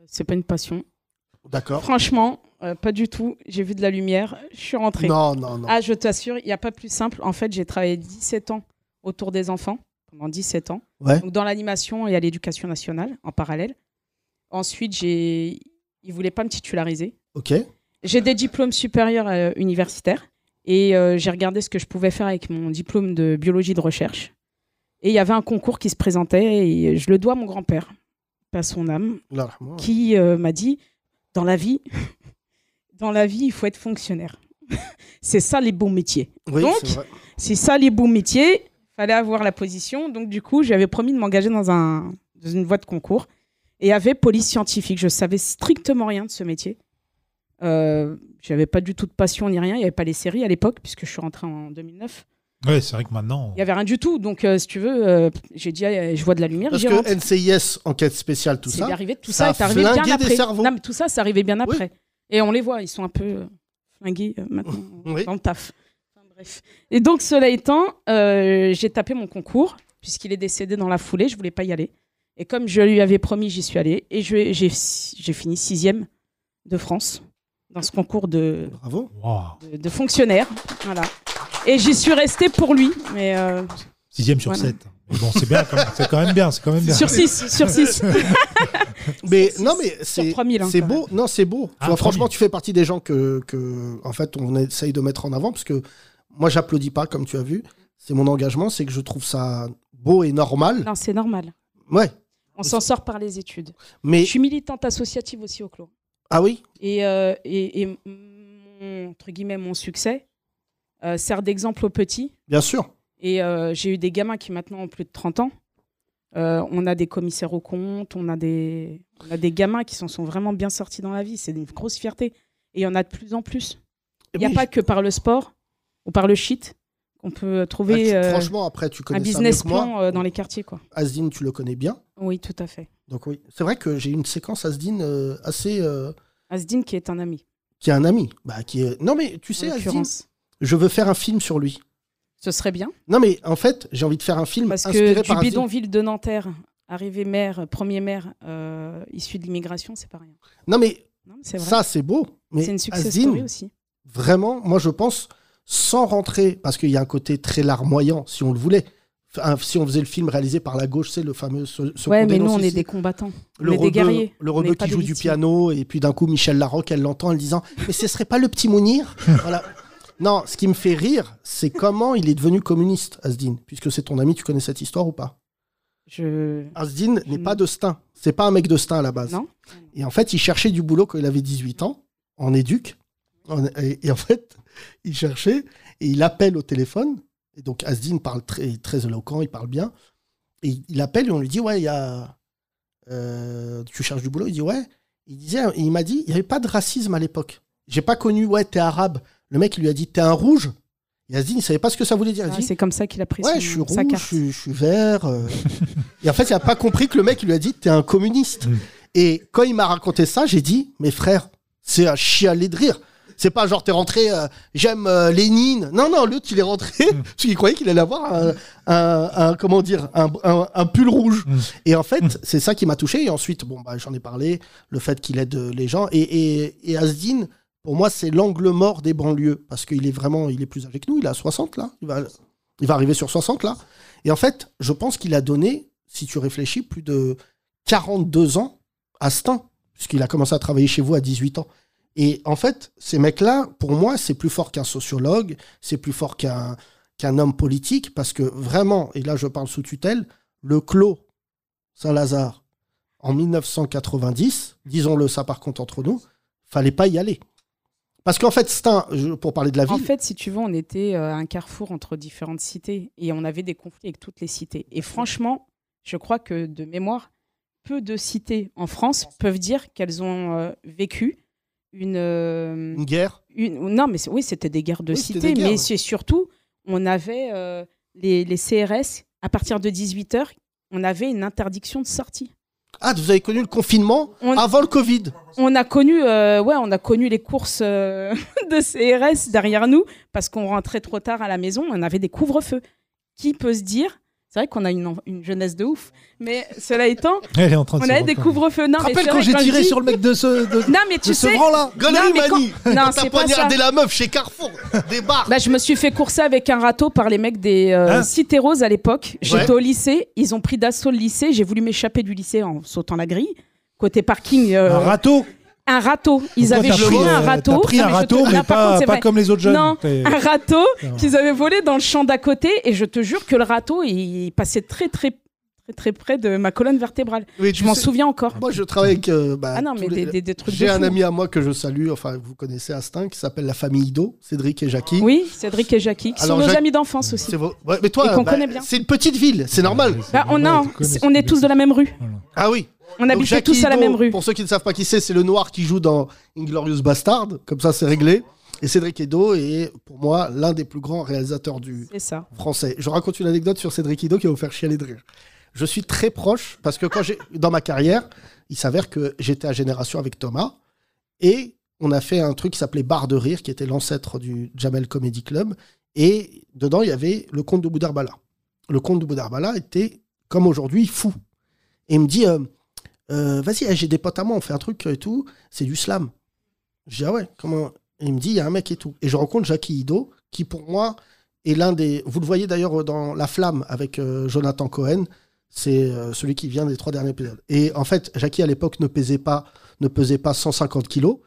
F: C'est pas une passion.
C: D'accord.
F: Franchement, euh, pas du tout. J'ai vu de la lumière. Je suis rentrée.
C: Non, non, non.
F: Ah, je t'assure, il n'y a pas plus simple. En fait, j'ai travaillé 17 ans autour des enfants pendant 17 ans.
C: Ouais.
F: Donc, dans l'animation et à l'éducation nationale, en parallèle. Ensuite, j'ai... ils ne voulaient pas me titulariser.
C: Ok.
F: J'ai des diplômes supérieurs euh, universitaires et euh, j'ai regardé ce que je pouvais faire avec mon diplôme de biologie de recherche. Et il y avait un concours qui se présentait et je le dois à mon grand-père, pas son âme,
C: Là, vraiment.
F: qui euh, m'a dit dans la vie, dans la vie, il faut être fonctionnaire. c'est ça les bons métiers.
C: Oui,
F: Donc,
C: c'est vrai.
F: C'est ça les bons métiers. Fallait avoir la position. Donc du coup, j'avais promis de m'engager dans un dans une voie de concours et il y avait police scientifique. Je savais strictement rien de ce métier. Euh, j'avais pas du tout de passion ni rien. Il y avait pas les séries à l'époque puisque je suis rentrée en 2009.
D: Ouais, c'est vrai que maintenant.
F: Il y avait rien du tout. Donc euh, si tu veux, euh, j'ai dit ah, je vois de la lumière.
C: Parce
F: j'y rentre.
C: que NCIS, enquête spéciale, tout
F: C'est
C: ça.
F: arrivé, tout
C: ça
F: ça,
C: a
F: est arrivé bien
C: flingué des
F: après.
C: cerveaux.
F: Non, mais tout ça, c'est arrivé bien
C: Oui.
F: après. Et on les voit, ils sont un peu euh, flingués euh, maintenant euh,
C: Oui.
F: dans le taf. Enfin, bref. Et donc, cela étant, euh, j'ai tapé mon concours, puisqu'il est décédé dans la foulée, je voulais pas y aller. Et comme je lui avais promis, j'y suis allée. Et je- j'ai j'ai fini sixième de France dans ce concours de,
C: Bravo.
D: Wow.
F: de, de fonctionnaire. Voilà. Et j'y suis restée pour lui, mais euh,
D: Sixième sur
F: Voilà.
D: sept. Mais bon, c'est bien, quand même. c'est quand même bien, c'est quand même bien.
F: sur six, sur six.
C: Mais
F: C'est-
C: non, mais c'est
F: 3000, hein,
C: c'est
F: quand
C: beau. Non, c'est beau. Tu
D: Ah,
C: vois, franchement,
D: 3000.
C: tu fais partie des gens que, que, en fait, on essaye de mettre en avant parce que moi, j'applaudis pas, comme tu as vu. C'est mon engagement, c'est que je trouve ça beau et normal.
F: Non, c'est normal.
C: Ouais.
F: On s'en sort par les études.
C: Mais
F: Je suis militante associative aussi au clos.
C: ah oui,
F: Et, euh, et, et mon, entre guillemets, mon succès euh, sert d'exemple aux petits.
C: bien sûr.
F: Et euh, j'ai eu des gamins qui maintenant ont plus de 30 ans. Euh, on a des commissaires aux comptes, on a des, on a des gamins qui s'en sont vraiment bien sortis dans la vie. C'est une grosse fierté. Et il y en a de plus en plus. Il n'y a
C: Oui,
F: pas que par le sport ou par le shit qu'on peut
C: bah, tu-
F: trouver euh,
C: franchement, après, tu connais
F: un
C: ça mieux
F: business
C: que moi.
F: plan euh, dans les quartiers. Quoi.
C: Asdin, tu le connais bien.
F: Oui, tout à fait.
C: Donc oui, c'est vrai que j'ai une séquence Asdin euh, assez euh,
F: Asdine qui est un ami.
C: qui est un ami. Bah, qui est... Non mais tu
F: en
C: sais, Asdin,
F: l'occurrence.
C: je veux faire un film sur lui.
F: Ce serait bien.
C: Non mais en fait, j'ai envie de faire un film
F: Parce
C: inspiré
F: que du
C: par Asdin.
F: bidonville de Nanterre, arrivé maire, premier maire euh, issu de l'immigration, c'est pas rien.
C: Non mais
F: Non, mais c'est vrai.
C: ça c'est beau. Mais
F: C'est une success
C: Asdin,
F: story aussi.
C: vraiment, moi je pense, sans rentrer, parce qu'il y a un côté très larmoyant, si on le voulait. Enfin, si on faisait le film réalisé par la gauche, c'est le fameux. Ce, ce
F: Ouais,
C: qu'on
F: mais nous,
C: dénonce
F: on est
C: ici.
F: des combattants.
C: le
F: on est des
C: rebeu,
F: guerriers.
C: le
F: On
C: rebeu
F: n'est pas
C: qui
F: des
C: joue du
F: victimes.
C: piano et puis d'un coup Michel Larocque elle l'entend en disant mais ce serait pas le petit Mounir voilà non ce qui me fait rire c'est comment il est devenu communiste Asdin puisque c'est ton ami tu connais cette histoire ou pas
F: Je...
C: Asdin n'est pas de Stein c'est pas un mec de Stein à la base
F: Mm. Non.
C: et en fait il cherchait du boulot quand il avait 18 ans en éduc En- et, et en fait il cherchait et il appelle au téléphone et donc Asdin parle très, très éloquent il parle bien et il- il appelle et on lui dit ouais il y a euh, tu cherches du boulot il dit ouais il disait il m'a dit il n'y avait pas de racisme à l'époque j'ai pas connu ouais t'es arabe le mec il lui a dit t'es un rouge et Asdin il savait pas ce que ça voulait dire Il
F: Ah,
C: dit,
F: c'est comme ça qu'il a pris
C: ouais
F: son-
C: je suis
F: sa
C: rouge je
F: carte.
C: suis, je suis vert euh. et en fait il a pas compris que le mec il lui a dit t'es un communiste
D: Mm.
C: et quand il m'a raconté ça j'ai dit mes frères c'est à chialer de rire c'est pas genre t'es rentré euh, j'aime euh, Lénine non non l'autre il est rentré
D: Mm.
C: parce qu'il croyait qu'il allait avoir un, un- un- comment dire un, un- un pull rouge
D: Mm.
C: et en fait c'est ça qui m'a touché et ensuite bon bah j'en ai parlé le fait qu'il aide euh, les gens et, et, et Asdin pour moi c'est l'angle mort des banlieues parce qu'il est vraiment il est plus âgé que nous il a 60 là il va, il va arriver sur 60 là et en fait, je pense qu'il a donné, si tu réfléchis, plus de 42 ans à Stein, puisqu'il a commencé à travailler chez vous à 18 ans. Et en fait, ces mecs-là, pour moi, c'est plus fort qu'un sociologue, c'est plus fort qu'un qu'un homme politique, parce que vraiment, et là je parle sous tutelle, le clos Saint-Lazare, en 1990, disons-le ça par contre entre nous, fallait pas y aller. Parce qu'en fait, Stein, je- pour parler de la
F: En
C: ville,
F: fait, si tu veux, on était euh, à un carrefour entre différentes cités et on avait des conflits avec toutes les cités. Et franchement, je crois que de mémoire, peu de cités en France peuvent dire qu'elles ont euh, vécu une, euh,
C: une guerre,
F: une- non, mais c'est- oui, c'était des guerres de
C: Oui, c'était
F: cité,
C: des guerres,
F: mais
C: ouais.
F: c'est surtout, on avait euh, les, les CRS, à partir de 18h, on avait une interdiction de sortie.
C: ah, vous avez connu le confinement
F: On-
C: avant le Covid
F: On a connu, euh, ouais, on a connu les courses euh, de CRS derrière nous parce qu'on rentrait trop tard à la maison, on avait des couvre-feux. Qui peut se dire, C'est vrai qu'on a une, enf- une jeunesse de ouf. Mais cela étant,
D: Elle est en train de
F: on
D: se
F: a des
D: reprendre.
F: couvre-feux. Non,
D: Tu te
F: mais
D: rappelles
F: c'est
D: quand
F: vrai,
D: j'ai
F: je
D: tiré
F: dis-
D: sur le mec de ce, de,
F: Non, mais
D: de
F: tu
D: ce
F: sais.
D: branle-là
C: Gollery
F: mais quand-
C: Mani
F: Non,
C: T'as
F: c'est pas ça.
C: poignardé la meuf chez Carrefour Des bars
F: Bah, je me suis fait courser avec un râteau par les mecs des euh,
D: Hein
F: Cités Roses à l'époque. J'étais
C: Ouais.
F: au lycée, ils ont pris d'assaut le lycée, j'ai voulu m'échapper du lycée en sautant la grille. Côté parking, euh,
D: Un râteau
F: un râteau. Ils
D: Pourquoi
F: avaient
D: t'as
F: pris
D: pris, euh,
F: un râteau.
D: T'as pris
F: Non,
D: un
F: mais je te-
D: râteau,
F: non,
D: mais
F: par
D: pas,
F: contre, c'est
D: pas
F: vrai.
D: comme les autres jeunes.
F: Non,
D: T'es-
F: un râteau
D: Putain.
F: qu'ils avaient volé dans le champ d'à côté. Et je te jure que le râteau, il passait très, très, très, très près de ma colonne vertébrale.
C: Oui,
F: Je m'en souviens
D: Ah,
F: encore.
C: Moi, je travaille avec. euh, bah,
F: Ah non, mais
C: tous les-
F: des, des- des trucs
C: J'ai
F: de
C: un
F: fou.
C: ami à moi que je salue, enfin, vous connaissez Astin, qui s'appelle la famille Ido, Cédric et Jackie.
F: Oui, Cédric et Jackie, qui
C: Alors,
F: sont nos
C: Jacques-
F: amis d'enfance aussi.
C: C'est vos- ouais, mais toi, bah,
F: Et qu'on connaît bien.
C: c'est une petite ville, c'est normal.
F: Bah, on, a,
D: Ouais, tu connais,
F: on
D: tu
F: est tous
D: connais.
F: de la même rue.
C: Ah oui.
F: On
C: Donc,
F: habitait
C: Jackie
F: tous à la
C: Ido,
F: même rue.
C: Pour ceux qui ne savent pas qui c'est, c'est le noir qui joue dans Inglorious Bastard. Comme ça, c'est réglé. Et Cédric Edo est, pour moi, l'un des plus grands réalisateurs du
F: C'est ça.
C: français. Je raconte une anecdote sur Cédric Edo qui va vous faire chialer de rire. Je suis très proche parce que quand j'ai dans ma carrière, il s'avère que j'étais à Génération avec Thomas et on a fait un truc qui s'appelait Barre de rire, qui était l'ancêtre du Jamel Comedy Club. Et dedans, il y avait le conte de Boudarbala. Le conte de Boudarbala était, comme aujourd'hui, fou. Et il me dit, euh, Euh, vas-y, eh, j'ai des potes à moi, on fait un truc et tout, c'est du slam. Je dis, ah ouais, comment Et Il me dit, il y a un mec et tout. Et je rencontre Jackie Ido, qui pour moi est l'un des... Vous le voyez d'ailleurs euh, dans La Flamme avec euh, Jonathan Cohen, c'est euh, celui qui vient des trois derniers épisodes. Et en fait, Jackie, à l'époque, ne pesait pas, ne pesait pas 150 kilos.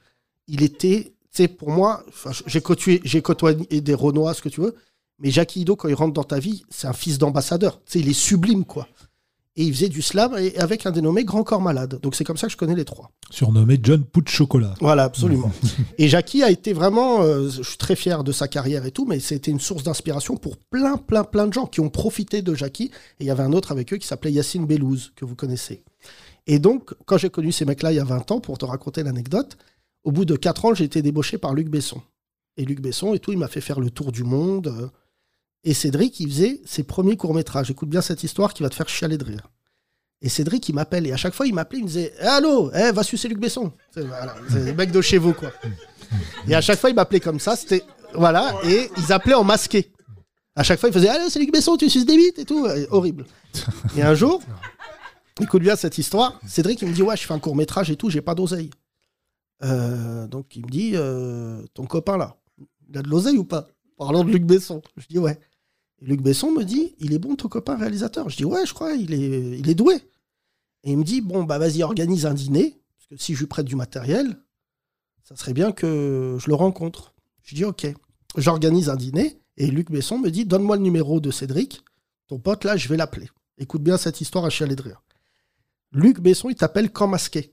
C: Il était, tu sais, pour moi, enfin, j'ai côtoyé, j'ai côtoyé des Renois, ce que tu veux, mais Jackie Ido, quand il rentre dans ta vie, c'est un fils d'ambassadeur. Tu sais, il est sublime, quoi. Et il faisait du slam et- avec un dénommé Grand Corps Malade. Donc c'est comme ça que je connais les trois.
D: Surnommé John Pout Chocolat.
C: Voilà, absolument. et Jackie a été vraiment, euh, je suis très fier de sa carrière et tout, mais c'était une source d'inspiration pour plein, plein, plein de gens qui ont profité de Jackie. Et il y avait un autre avec eux qui s'appelait Yacine Bellouz, que vous connaissez. Et donc, quand j'ai connu ces mecs-là il y a 20 ans, pour te raconter l'anecdote, au bout de 4 ans, j'ai été débauché par Luc Besson. Et Luc Besson et tout, il m'a fait faire le tour du monde. euh, Et Cédric, il faisait ses premiers courts-métrages. Écoute bien cette histoire qui va te faire chialer de rire. Et Cédric, il m'appelle. Et à chaque fois, il m'appelait, il me disait Eh, Allô, eh, va sucer Luc Besson. C'est voilà, c'est le mec de chez vous, quoi. Et à chaque fois, il m'appelait comme ça. C'était. Voilà. Et ils appelaient en masqué. À chaque fois, il faisait Allô, c'est Luc Besson, tu suces des bites et tout. Et horrible. Et un jour, écoute bien cette histoire. Cédric, il me dit Ouais, je fais un court-métrage et tout, j'ai pas d'oseille. Euh, donc, il me dit Euh, Ton copain là, il a de l'oseille ou pas Parlant de Luc Besson. Je dis Ouais. Et Luc Besson me dit Il est bon ton copain réalisateur Je dis Ouais, je crois, il est, il est doué. Et il me dit, bon, bah vas-y, organise un dîner, parce que si je lui prête du matériel, ça serait bien que je le rencontre. Je dis, ok, j'organise un dîner, et Luc Besson me dit, donne-moi le numéro de Cédric, ton pote là, je vais l'appeler. Écoute bien cette histoire à chialer de rire. Luc Besson, il t'appelle quand masqué.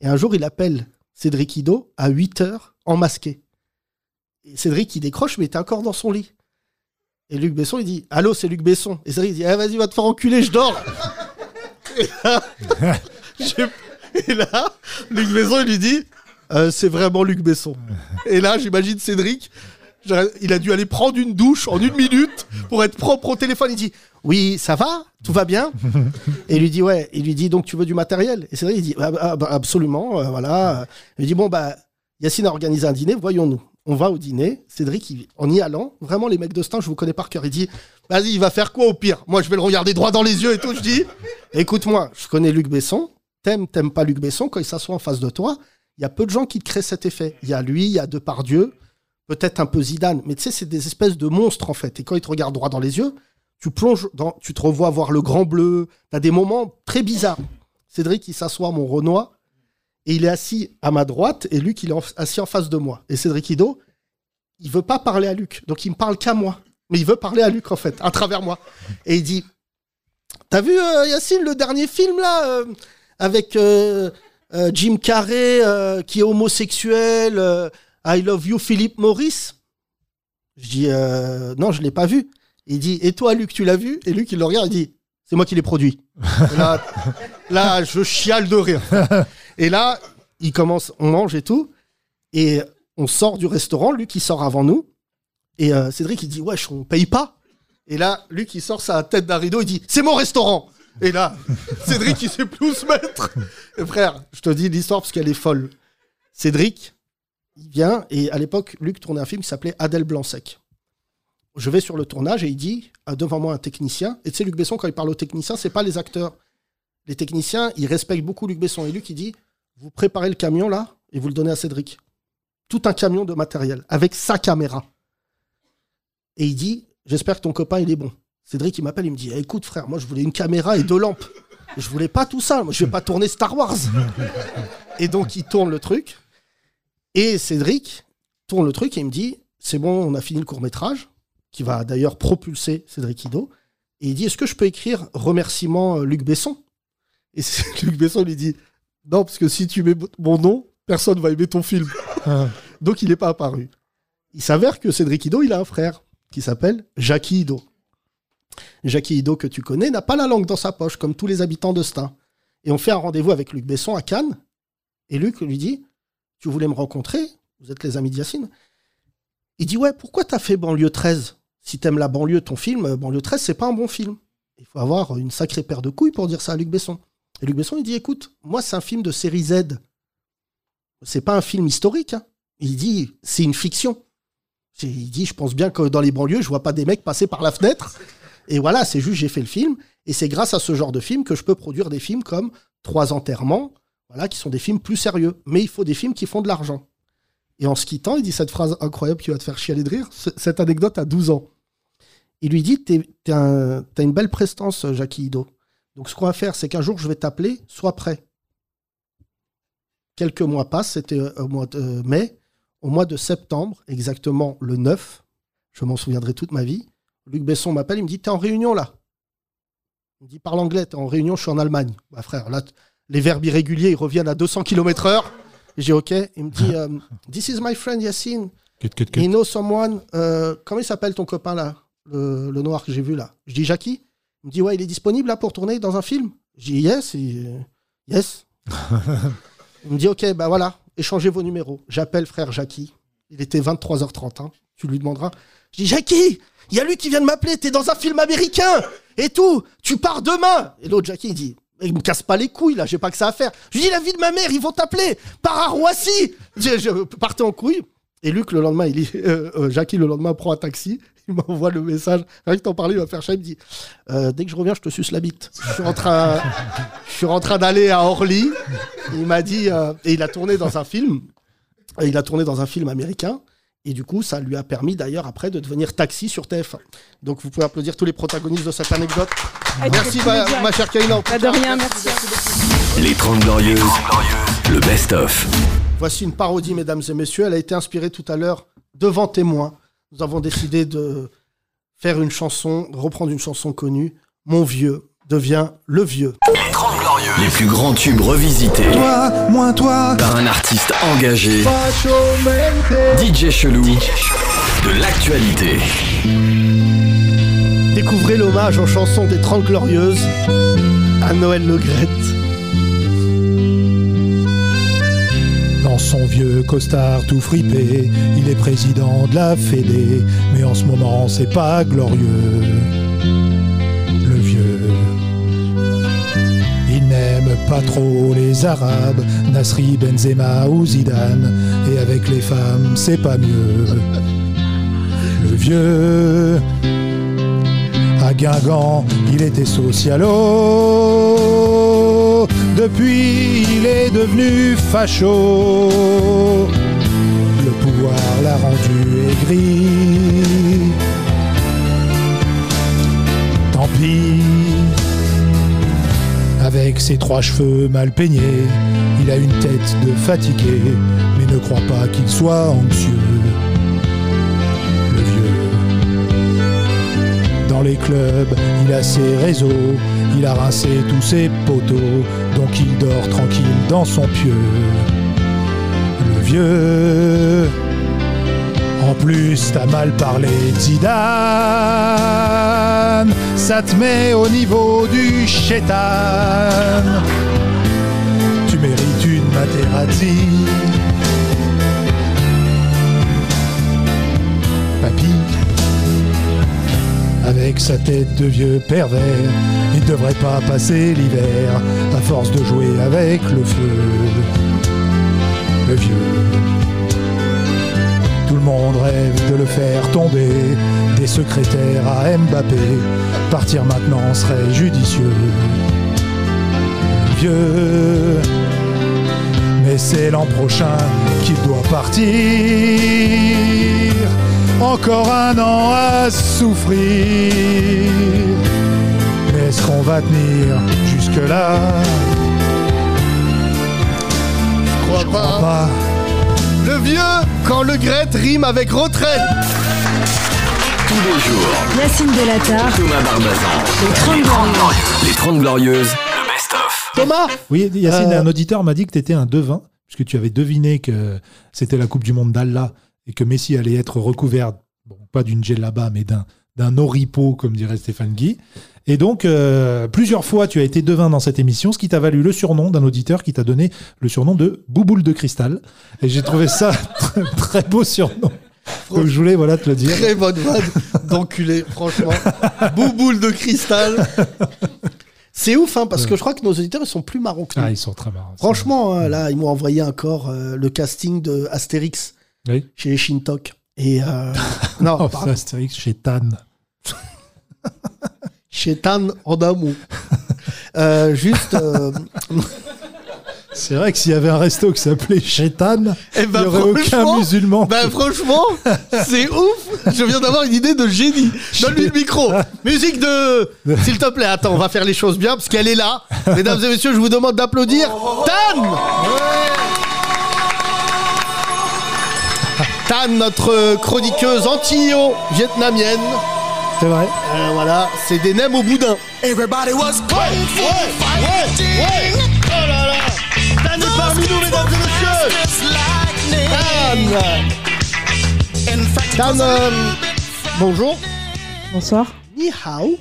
C: Et un jour, il appelle Cédric Ido à 8 heures en masqué. Et Cédric, il décroche, mais il était encore dans son lit. Et Luc Besson, il dit, allô, c'est Luc Besson. Et Cédric, il dit, ah, vas-y, va te faire enculer, je dors. Je- Et là, Luc Besson, il lui dit Euh, C'est vraiment Luc Besson. Et là, j'imagine Cédric, je- il a dû aller prendre une douche en une minute pour être propre au téléphone. Il dit Oui, ça va Tout va bien Et il lui dit Ouais. Il lui dit Donc, tu veux du matériel Et Cédric, il dit Ah, ah, bah, Absolument, euh, voilà. Il lui dit Bon, bah, Yacine a organisé un dîner, voyons-nous. On va au dîner. Cédric, il- en y allant, vraiment, les mecs de Stein, je vous connais par cœur. Il dit Vas-y, il va faire quoi au pire Moi, je vais le regarder droit dans les yeux et tout. Je dis Écoute-moi, je connais Luc Besson. T'aimes, t'aimes pas Luc Besson. Quand il s'assoit en face de toi, il y a peu de gens qui te créent cet effet. Il y a lui, il y a Depardieu, peut-être un peu Zidane. Mais tu sais, c'est des espèces de monstres, en fait. Et quand ils te regardent droit dans les yeux, tu plonges dans, tu te revois voir le grand bleu. T'as des moments très bizarres. Cédric, il s'assoit à mon Renoir et il est assis à ma droite et Luc, il est en- assis en face de moi. Et Cédric Ido, il veut pas parler à Luc. Donc, il me parle qu'à moi. Mais il veut parler à Luc, en fait, à travers moi. Et il dit T'as vu, euh, Yacine, le dernier film, là, euh, avec euh, euh, Jim Carrey, euh, qui est homosexuel, euh, I Love You, Philippe Maurice Je dis Euh, Non, je l'ai pas vu. Il dit Et toi, Luc, tu l'as vu Et Luc, il le regarde, il dit C'est moi qui l'ai produit. Et là, là, je chiale de rire. Et là, il commence, on mange et tout. Et on sort du restaurant, Luc, il sort avant nous. Et euh, Cédric, il dit Wesh, on paye pas et là, Luc, il sort sa tête d'un rideau, il dit C'est mon restaurant Et là, Cédric, il sait plus où se mettre Et Frère, je te dis l'histoire parce qu'elle est folle. Cédric, il vient, et à l'époque, Luc tournait un film qui s'appelait Adèle Blanc-Sec. je vais sur le tournage et il dit euh, devant moi un technicien. Et tu sais, Luc Besson, quand il parle aux techniciens, c'est pas les acteurs. Les techniciens, ils respectent beaucoup Luc Besson. Et Luc, il dit Vous préparez le camion là et vous le donnez à Cédric. Tout un camion de matériel avec sa caméra. Et il dit J'espère que ton copain, il est bon. Cédric, il m'appelle, il me dit Eh, Écoute, frère, moi, je voulais une caméra et deux lampes. Je voulais pas tout ça. Moi, je vais pas tourner Star Wars. Et donc, il tourne le truc. Et Cédric tourne le truc et il me dit C'est bon, on a fini le court-métrage, qui va d'ailleurs propulser Cédric Ido. Et il dit Est-ce que je peux écrire remerciement euh, Luc Besson Et Luc Besson lui dit Non, parce que si tu mets mon nom, personne va aimer ton film.
D: Ah.
C: Donc il n'est pas apparu. Il s'avère que Cédric Ido, il a un frère qui s'appelle Jackie Ido. Jackie Ido, que tu connais, n'a pas la langue dans sa poche, comme tous les habitants de Stein. Et on fait un rendez-vous avec Luc Besson à Cannes. Et Luc lui dit Tu voulais me rencontrer Vous êtes les amis de Yacine Il dit Ouais, pourquoi t'as fait Banlieue 13 Si t'aimes la banlieue, ton film, euh, Banlieue 13, c'est pas un bon film. Il faut avoir une sacrée paire de couilles pour dire ça à Luc Besson. Et Luc Besson, il dit Écoute, moi, c'est un film de série Z. C'est pas un film historique. hein. Il dit C'est une fiction. C'est- Il dit Je pense bien que dans les banlieues, je vois pas des mecs passer par la fenêtre. Et voilà, c'est juste, j'ai fait le film. Et c'est grâce à ce genre de film que je peux produire des films comme Trois enterrements, voilà, qui sont des films plus sérieux. Mais il faut des films qui font de l'argent. Et en se quittant, il dit cette phrase incroyable qui va te faire chialer de rire. C- Cette anecdote à 12 ans. Il lui dit T'es- T'es un- t'as une belle prestance, Jackie Ido. Donc ce qu'on va faire, c'est qu'un jour, je vais t'appeler, sois prêt. Quelques mois passent, c'était euh, au mois de euh, mai. Au mois de septembre, exactement le 9, je m'en souviendrai toute ma vie, Luc Besson m'appelle, il me dit T'es en réunion là Il me dit Parle anglais, t'es en réunion, je suis en Allemagne. Bah frère, là, t- les verbes irréguliers, ils reviennent à 200 km/h. J'ai OK. Il me dit euh, This is my friend Yacine.
D: Cut, cut, cut.
C: He knows someone. Euh, comment il s'appelle ton copain là le, le noir que j'ai vu là Je dis Jackie. Il me dit Ouais, il est disponible là pour tourner dans un film Je dis Yes. il- Yes. il me dit Ok, bah voilà, échangez vos numéros. J'appelle frère Jackie. Il était 23h30. hein. Tu lui demanderas. Je dis Jackie, il y a lui qui vient de m'appeler, t'es dans un film américain et tout, tu pars demain. Et l'autre Jackie, il dit il me casse pas les couilles là, j'ai pas que ça à faire. Je lui dis la vie de ma mère, ils vont t'appeler, pars à Roissy. Je, je partais en couille. Et Luc, le lendemain, il dit, euh, euh, Jackie, le lendemain, prend un taxi. Il m'envoie le message. Rien que t'en parler, il va faire ça. Il me dit Euh, Dès que je reviens, je te suce la bite. Je suis en train, je suis en train d'aller à Orly. Il m'a dit euh, Et il a tourné dans un film. Et il a tourné dans un film américain. Et du coup, ça lui a permis d'ailleurs après de devenir taxi sur TF1. Donc vous pouvez applaudir tous les protagonistes de cette anecdote.
F: Ah,
C: Merci
F: tu
C: ma,
F: me dis-
C: ma chère Kaina.
F: Bah, de rien, merci.
B: Les 30 Glorieuses. Le best-of.
C: Voici une parodie, mesdames et messieurs. Elle a été inspirée tout à l'heure devant témoin. Nous avons décidé de faire une chanson, reprendre une chanson connue. Mon vieux devient le vieux.
B: Les plus grands tubes revisités
D: Toi, moins toi.
B: par un artiste engagé. DJ Chelou. De l'actualité.
C: Découvrez l'hommage aux chansons des Trente Glorieuses à Noël Legrette.
D: Dans son vieux costard tout fripé, il est président de la Fédé, mais en ce moment c'est pas glorieux. Le vieux. Il n'aime pas trop les Arabes, Nasri, Benzema ou Zidane, et avec les femmes c'est pas mieux. Le vieux. À Guingamp, il était socialo. Depuis, il est devenu facho. Le pouvoir l'a rendu aigri. Tant pis. Avec ses trois cheveux mal peignés, il a une tête de fatigué, mais ne crois pas qu'il soit anxieux. Le vieux. Dans les clubs, il a ses réseaux, il a rincé tous ses poteaux, donc il dort tranquille dans son pieu. Le vieux. En plus, t'as mal parlé de Zidane, ça te met au niveau du chétan. Tu mérites une Materazzi. Papy. Avec sa tête de vieux pervers, il devrait pas passer l'hiver à force de jouer avec le feu. Le vieux. Tout le monde monde rêve de le faire tomber. Des secrétaires à Mbappé, partir maintenant serait judicieux. Vieux, mais c'est l'an prochain qu'il doit partir. Encore un an à souffrir. Mais est-ce qu'on va tenir jusque-là
C: Je crois pas.
D: Pas.
C: Le vieux, quand le grette rime avec retraite.
B: Tous les jours,
G: Yacine Delatar,
B: Thomas Barbazan.
G: les 30 Glorieuses.
B: Les 30 Glorieuses, le best-of.
C: Thomas
D: Oui, Yacine,
C: Euh,
D: un auditeur m'a dit que tu étais un devin, puisque tu avais deviné que c'était la Coupe du Monde d'Allah et que Messi allait être recouvert, bon, pas d'une djellaba, mais d'un d'un oripo, comme dirait Stéphane Guy. Et donc, euh, plusieurs fois, tu as été devin dans cette émission, ce qui t'a valu le surnom d'un auditeur qui t'a donné le surnom de Bouboule de Cristal. Et j'ai trouvé ça très, très beau surnom. Donc, je voulais voilà, te le dire.
C: Très bonne vanne d'enculé, franchement. Bouboule de cristal. C'est ouf, hein, parce que je crois que nos auditeurs, ils sont plus marrons que nous.
D: Ah, ils sont très marrants.
C: Franchement, hein, là, ils m'ont envoyé encore euh, le casting de Astérix
D: Oui.
C: chez Shintok. Et euh, non,
D: Oh,
C: pardon,
D: putain, Astérix chez Tan.
C: chez Tan Andamu. Euh, juste, euh,
D: C'est vrai que s'il y avait un resto qui s'appelait chez Tan,
C: eh ben,
D: il n'y aurait aucun
C: franchement,
D: musulman.
C: Ben franchement, c'est ouf. Je viens d'avoir une idée de génie. Donne-lui le micro. Musique de, s'il te plaît. Attends, on va faire les choses bien parce qu'elle est là. Mesdames et messieurs, je vous demande d'applaudir Tan. Tan, notre chroniqueuse antillo-vietnamienne.
D: C'est vrai.
C: Euh, voilà, c'est des nems au boudin.
B: Everybody was
C: Ouais, ouais, ouais. Oh là là. Tan est parmi nous, mesdames et messieurs. Tan. Dan, euh, bonjour.
F: Bonsoir.
C: Ni hao.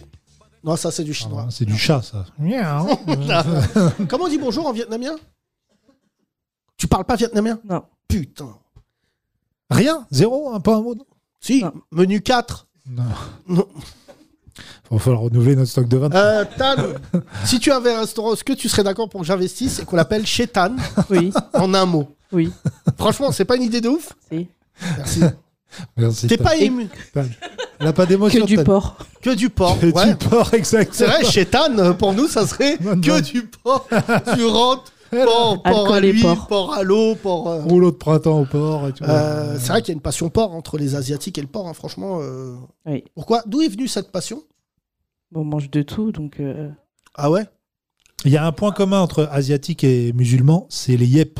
C: Non, ça c'est du chinois.
D: Pardon, C'est du chat, ça. Euh,
C: Comment on dit bonjour en vietnamien Tu parles pas vietnamien
F: Non.
C: Putain.
D: Rien Zéro un, Pas un mot non
C: Si,
F: Non.
C: menu 4.
D: Il va falloir renouveler notre stock de vin.
C: Euh, Tan, si tu avais un restaurant, est-ce que tu serais d'accord pour que j'investisse et qu'on l'appelle chez Tan
F: Oui,
C: en un mot
F: oui.
C: Franchement, c'est pas une idée de ouf
F: si.
C: Merci.
D: Merci.
C: T'es
D: Tan.
C: pas ému
D: Tan. Elle n'a pas d'émotion.
F: Que du
D: Tan.
F: porc.
C: Que du porc.
D: Que
C: ouais.
D: du porc, exactement.
C: C'est vrai, chez Tan, euh, pour nous, ça serait
D: Bonne
C: que
D: vanne.
C: du porc. Tu rentres, porc, porc à
F: Alcool et
C: l'huile,
F: porc.
C: porc à l'eau, porc... euh,
D: Rouleau de printemps au porc. Et tout.
C: Euh, c'est vrai qu'il y a une passion porc entre les Asiatiques et le porc, hein, franchement. euh,
F: Oui.
C: Pourquoi D'où est venue cette passion
F: On mange de tout, donc. euh,
C: Ah ouais
D: Il y a un point commun entre asiatiques et musulmans, c'est les yep.